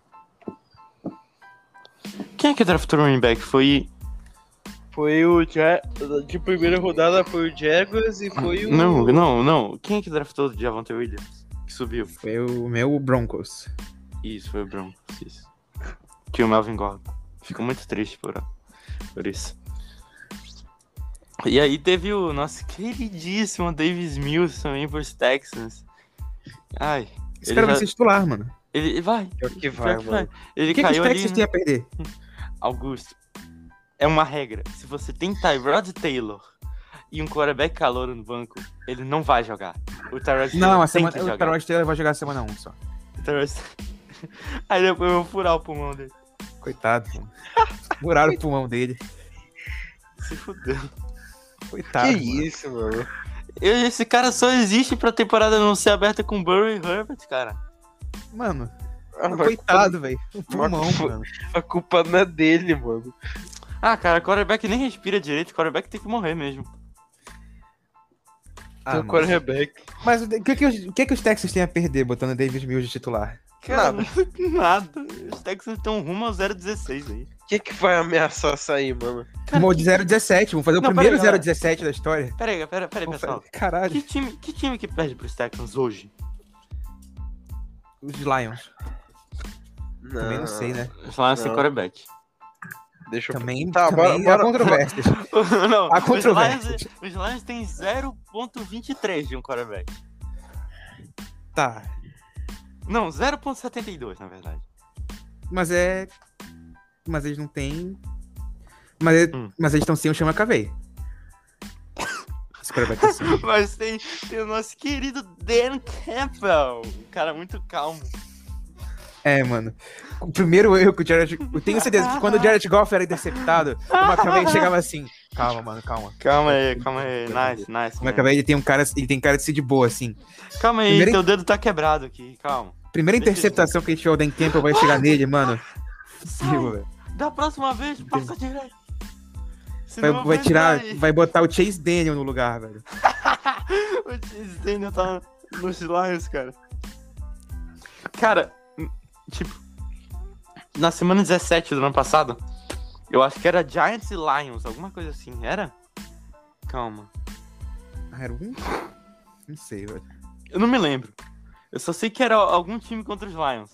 Speaker 2: Quem é que draftou o running back? Foi.
Speaker 3: Foi o. Ja... De primeira rodada foi o Jaguars e foi o.
Speaker 2: Não, não, não. Quem é que draftou o Javante Williams? Que subiu.
Speaker 1: Foi o meu Broncos.
Speaker 2: Isso, foi o Broncos, isso. Tinha o Melvin Gordon. Fico muito triste por, por isso. E aí teve o nosso queridíssimo Davis Mills também pros Texans. Ai,
Speaker 1: Esse
Speaker 2: Ele
Speaker 1: cara vai
Speaker 2: já-
Speaker 1: ser titular, mano.
Speaker 2: Ele vai.
Speaker 3: Pior É que
Speaker 2: pior
Speaker 3: vai,
Speaker 2: que
Speaker 3: mano.
Speaker 2: Ele
Speaker 1: O que, que os
Speaker 2: caiu ali.
Speaker 1: Texans têm a perder?
Speaker 2: Augusto, é uma regra. Se você tem Tyrod Taylor e um quarterback calor no banco, ele não vai jogar. O Tyrod Taylor
Speaker 1: Não, a
Speaker 2: tem
Speaker 1: semana,
Speaker 2: que
Speaker 1: o
Speaker 2: jogar.
Speaker 1: Tyrod Taylor vai jogar a semana 1 só.
Speaker 2: O Tyrod- Aí depois eu vou furar o pulmão dele.
Speaker 1: Coitado, mano. Furaram o pulmão dele.
Speaker 2: Se fudeu.
Speaker 1: Coitado.
Speaker 3: que
Speaker 1: tá, mano.
Speaker 3: isso, mano.
Speaker 2: Eu- Esse cara só existe pra temporada não ser aberta com Burrow e Herbert, cara.
Speaker 1: Mano,
Speaker 3: Ah, mas
Speaker 1: coitado, velho. O pulmão,
Speaker 3: Mas-
Speaker 1: mano.
Speaker 3: A culpa não é dele, mano.
Speaker 2: Ah, cara, quarterback nem respira direito, quarterback tem que morrer mesmo.
Speaker 1: Ah,
Speaker 3: Tem o
Speaker 1: mano.
Speaker 3: quarterback.
Speaker 1: Mas o que, que, os- o que, que os Texans têm a perder botando o David Mills de titular?
Speaker 2: Cara, nada. Os Texans estão rumo ao 0-16 aí.
Speaker 3: O que, que vai ameaçar sair, mano?
Speaker 2: Cara,
Speaker 1: Vamos
Speaker 2: que-
Speaker 1: de 0-17, vamos fazer o
Speaker 2: Não,
Speaker 1: primeiro
Speaker 2: peraí,
Speaker 1: 0-17 da história.
Speaker 2: Pera aí, pera, pera aí,
Speaker 1: Vamos
Speaker 2: pessoal.
Speaker 1: fazer- Caralho,
Speaker 2: Que time, que time que perde pros Texans hoje?
Speaker 1: os Lions.
Speaker 3: Não,
Speaker 1: Também
Speaker 2: Ah,
Speaker 1: não sei, né?
Speaker 2: Os Lions têm
Speaker 3: Não.
Speaker 2: quarterback.
Speaker 3: Deixa eu
Speaker 1: Também,
Speaker 3: Tá,
Speaker 1: também
Speaker 3: bora-
Speaker 1: há
Speaker 3: bora-
Speaker 1: controvérsias.
Speaker 2: não,
Speaker 1: Há
Speaker 2: os
Speaker 1: controvérsias.
Speaker 2: Lions- Os Lions têm 0.23 de um quarterback.
Speaker 1: Tá,
Speaker 2: Não, 0.72 na verdade.
Speaker 1: mas é... Mas eles não têm... Mas, é-
Speaker 2: Hum.
Speaker 1: mas eles estão sem o Chama Cavei. Esse quarterback tá sem.
Speaker 2: Mas tem, tem o nosso querido Dan Campbell. Um cara muito calmo.
Speaker 1: É, mano. O primeiro erro que o Jared... Eu tenho certeza que quando o Jared Goff era interceptado, o McAvey chegava assim... Calma, mano, calma.
Speaker 2: Calma aí, calma aí. Nice, nice.
Speaker 1: O
Speaker 2: man.
Speaker 1: McAvey, ele tem um cara... Ele tem cara de ser de boa, assim.
Speaker 2: Calma aí,
Speaker 1: Primeiro-
Speaker 2: teu dedo tá quebrado aqui, calma.
Speaker 1: Primeira
Speaker 2: Deixa eu-
Speaker 1: interceptação que a gente tiver o Dan Campbell vai chegar nele, mano.
Speaker 2: Sai,
Speaker 1: Ih, velho.
Speaker 2: da próxima vez, passa direto.
Speaker 1: Vai,
Speaker 2: Senão eu vou
Speaker 1: vai tirar,
Speaker 2: entrar aí.
Speaker 1: vai botar o Chase Daniel no lugar, velho.
Speaker 2: O Chase Daniel tá nos Lions, cara. Cara, m- tipo, na semana 17 do ano passado, eu acho que era Giants e Lions, alguma coisa assim, era? Calma.
Speaker 1: Ah, era um? Não sei, velho.
Speaker 2: Eu não me lembro. Eu só sei que era algum time contra os Lions.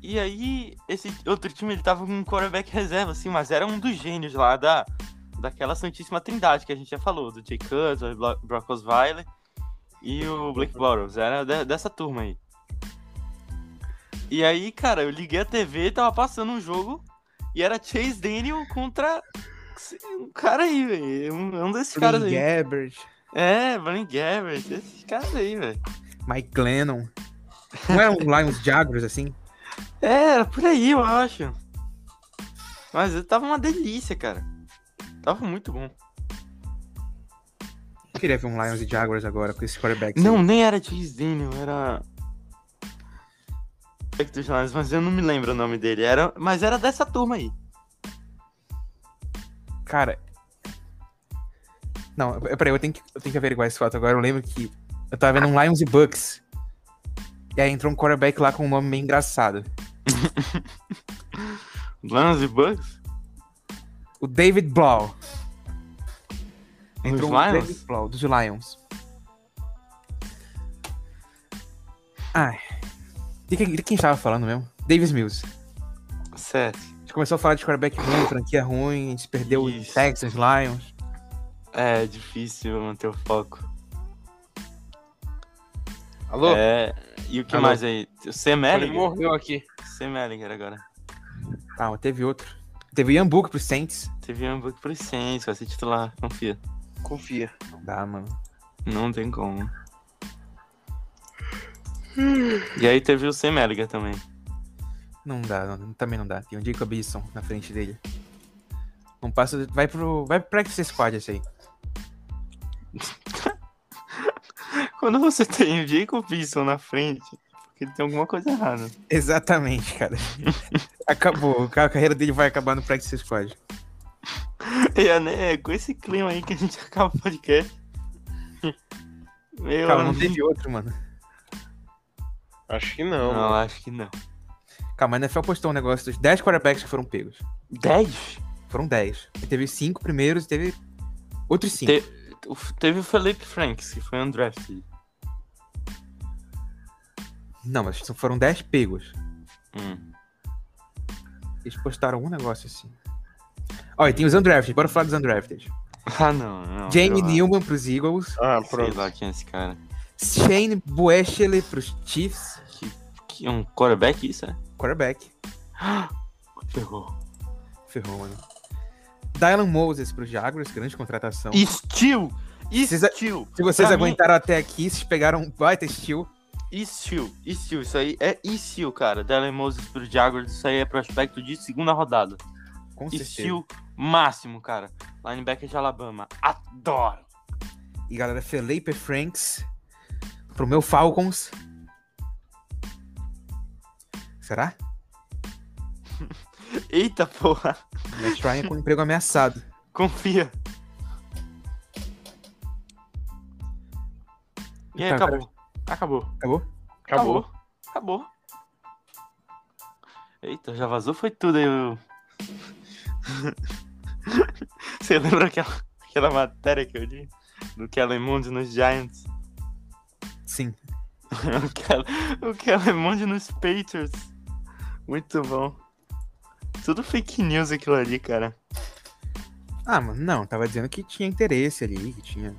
Speaker 2: E aí, esse outro time, ele tava com um quarterback reserva, assim, mas era um dos gênios lá da, daquela Santíssima Trindade que a gente já falou, do Jay Cutler, Blo- Brock Osweiler e o Blake Bortles. Era de- dessa turma aí. E aí, cara, eu liguei a TV, tava passando um jogo, e era Chase Daniel contra um cara aí, velho. Um, um desses caras aí.
Speaker 1: Gabbert,
Speaker 2: É, Blaine Gabbert, esses caras aí, velho.
Speaker 1: Mike Glennon. Não eram lá uns Jaguars, assim?
Speaker 2: É, era por aí, eu acho. Mas eu- tava uma delícia, cara. Tava muito bom.
Speaker 1: Eu queria ver um Lions e Jaguars agora com esse quarterback.
Speaker 2: Não, nem era Chase Daniel, era. Quarterback dos Lions, Mas eu não me lembro o nome dele. Era... Mas era dessa turma aí.
Speaker 1: Cara. Não, eu- peraí, eu tenho, que, eu tenho que averiguar esse fato agora. Eu lembro que eu tava vendo um Lions e Bucks. E aí entrou um quarterback lá com um nome meio engraçado.
Speaker 2: Lions e Bucks?
Speaker 1: O David Blau.
Speaker 2: Dos
Speaker 1: Entrou um
Speaker 2: Lions?
Speaker 1: David Blau, dos Lions. Ai. De quem, de quem estava falando mesmo? Davis Mills.
Speaker 2: Certo.
Speaker 1: A gente começou a falar de quarterback ruim, franquia ruim, a gente perdeu os
Speaker 2: Isso.
Speaker 1: Texas, Lions.
Speaker 2: É difícil manter o foco.
Speaker 3: Alô?
Speaker 2: É. E o que
Speaker 1: Alô?
Speaker 2: mais aí? O Sam
Speaker 3: Ele
Speaker 2: Ellinger?
Speaker 3: morreu aqui.
Speaker 2: Sam Ellinger agora.
Speaker 1: Ah, mas teve outro. Teve Ian Book pro Saints.
Speaker 2: Teve um book pro Saints, vai ser titular, confia.
Speaker 3: Confia.
Speaker 1: Não dá, mano.
Speaker 2: Não tem como. E aí teve o Sam Ellinger também.
Speaker 1: Não dá, não- também não dá. Tem o Jacob Eason na frente dele. Não passa. Vai pro. Vai pro Practice Squad esse aí.
Speaker 2: Quando você tem o Jacob Wilson na frente, porque tem alguma coisa errada.
Speaker 1: Exatamente, cara. Acabou. A carreira dele vai acabar no Practice Squad.
Speaker 2: E é, né, é com esse clima aí que a gente acaba o podcast. Meu
Speaker 1: Calma, não
Speaker 2: amigo.
Speaker 1: teve outro, mano.
Speaker 3: Acho que não.
Speaker 2: Não,
Speaker 3: mano.
Speaker 2: acho que não.
Speaker 1: Calma, a NFL postou um negócio dos 10 quarterbacks que foram pegos.
Speaker 2: 10?
Speaker 1: Foram 10. E teve 5 primeiros e teve outros 5.
Speaker 2: Te- o- Teve o Felipe Franks, que foi um undrafted.
Speaker 1: Não, mas só foram 10 pegos.
Speaker 2: Hum.
Speaker 1: Eles postaram um negócio assim. Ó, e tem os undrafted. Bora falar dos undrafted.
Speaker 2: Ah, não,
Speaker 1: Jamie
Speaker 2: não. sei lá.
Speaker 1: Newman pros Eagles.
Speaker 3: Ah,
Speaker 2: Sei
Speaker 3: pronto.
Speaker 2: lá quem é esse cara.
Speaker 1: Shane Boeschele pros Chiefs.
Speaker 2: Que que é um quarterback, isso é?
Speaker 1: Quarterback.
Speaker 2: Ferrou.
Speaker 1: Ferrou, mano. Dylan Moses pro Jaguars, grande contratação.
Speaker 2: Steel!
Speaker 1: Vocês a-
Speaker 2: Steel!
Speaker 1: Se vocês
Speaker 2: Pra mim,
Speaker 1: aguentaram até aqui, vocês pegaram um baita estilo.
Speaker 2: Steel, Steel, isso aí é Steel, cara. Dylan Moses pro Jaguars, isso aí é prospecto de segunda rodada.
Speaker 1: Com certeza.
Speaker 2: Steel máximo, cara. Linebacker de Alabama. Adoro!
Speaker 1: E galera, Felipe Franks pro meu Falcons. Será?
Speaker 2: Eita porra!
Speaker 1: Matt Ryan com um emprego ameaçado.
Speaker 2: Confia. E aí,
Speaker 1: Tá,
Speaker 2: acabou. Acabou.
Speaker 1: Acabou?
Speaker 3: Acabou.
Speaker 2: Acabou. Eita, já vazou, foi tudo aí. o- Você lembra aquela, aquela matéria que eu li? Do Kellen Mond nos Giants?
Speaker 1: Sim.
Speaker 2: O Kellen- o Kellen Mond nos Patriots. Muito bom. Tudo fake news aquilo ali, cara.
Speaker 1: Ah, mano, não. Tava dizendo que tinha interesse ali, que tinha.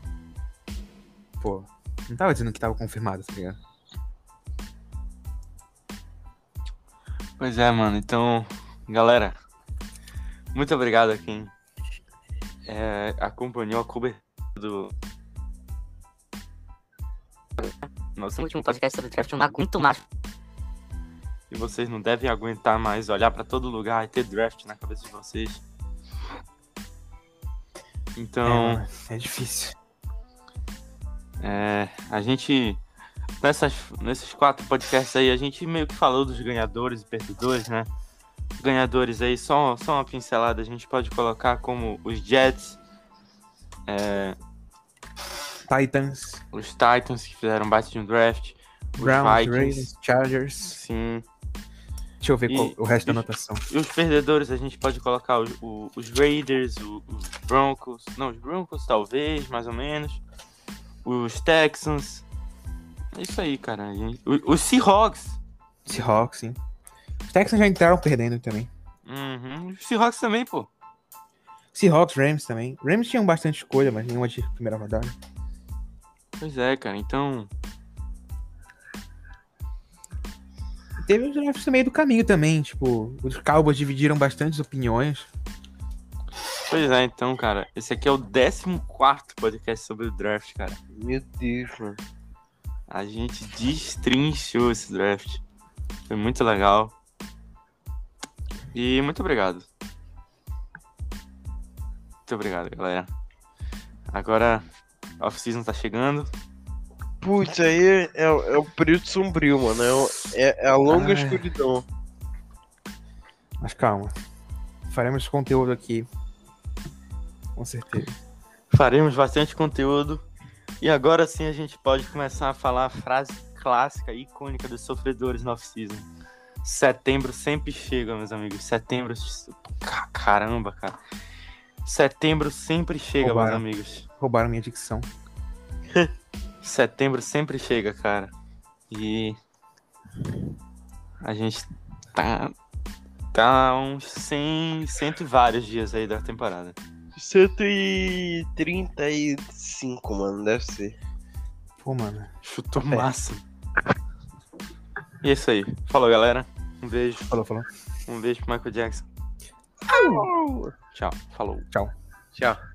Speaker 1: Pô, não tava dizendo que tava confirmado, tá ligado?
Speaker 2: Pois é, mano. Então, galera, muito obrigado a quem é, acompanhou a cobertura do nosso
Speaker 4: último podcast sobre draft, um aguento mais.
Speaker 2: E vocês não devem aguentar mais olhar pra todo lugar e ter draft na cabeça de vocês. Então,
Speaker 1: É, é difícil.
Speaker 2: é, a gente. Nessas, nesses quatro podcasts aí, a gente meio que falou dos ganhadores e perdedores, né? Ganhadores aí, só, só uma pincelada, a gente pode colocar como os Jets,
Speaker 1: Titans,
Speaker 2: os Titans que fizeram bate de um draft, os
Speaker 1: Browns,
Speaker 2: Vikings,
Speaker 1: Ravens, Chargers.
Speaker 2: sim,
Speaker 1: Deixa eu ver
Speaker 2: E-
Speaker 1: qual- o resto da anotação.
Speaker 2: E os perdedores a gente pode colocar os, o- os Raiders, o- os Broncos. Não, os Broncos talvez, mais ou menos. Os Texans. É isso aí, cara. a gente- o- Os Seahawks.
Speaker 1: Seahawks, sim. Os Texans já entraram perdendo também.
Speaker 2: Uhum. Os Seahawks também, pô.
Speaker 1: Seahawks, Rams também. Rams tinham bastante escolha, mas nenhuma de primeira rodada.
Speaker 2: Pois é, cara. Então.
Speaker 1: Teve uns drafts no meio do caminho também, tipo, os Cowboys dividiram bastante opiniões.
Speaker 2: Pois é, então, cara. Esse aqui é o 14 podcast sobre o draft, cara.
Speaker 3: Meu Deus, mano.
Speaker 2: A gente destrinchou esse draft. Foi muito legal. E muito obrigado. Muito obrigado, galera. Agora a off-season tá chegando.
Speaker 3: Putz, aí é, é o período sombrio, mano. É, o- é- é a longa
Speaker 1: Ai.
Speaker 3: escuridão.
Speaker 1: Mas calma. Faremos conteúdo aqui. Com certeza.
Speaker 2: Faremos bastante conteúdo. E agora sim a gente pode começar a falar a frase clássica e icônica dos sofredores na off-season. Setembro sempre chega, meus amigos. Setembro. Ca- Caramba, cara. Setembro sempre chega,
Speaker 1: Roubaram.
Speaker 2: meus amigos.
Speaker 1: Roubaram minha dicção.
Speaker 2: Setembro sempre chega, cara. E a gente tá tá uns 100, cento e vários dias aí da temporada.
Speaker 3: 135, mano, deve ser.
Speaker 1: Pô, mano.
Speaker 2: Chutou massa. E é isso aí. Falou, galera. Um beijo.
Speaker 1: Falou, falou.
Speaker 2: Um beijo pro Michael Jackson. Tchau. Falou.
Speaker 3: Tchau.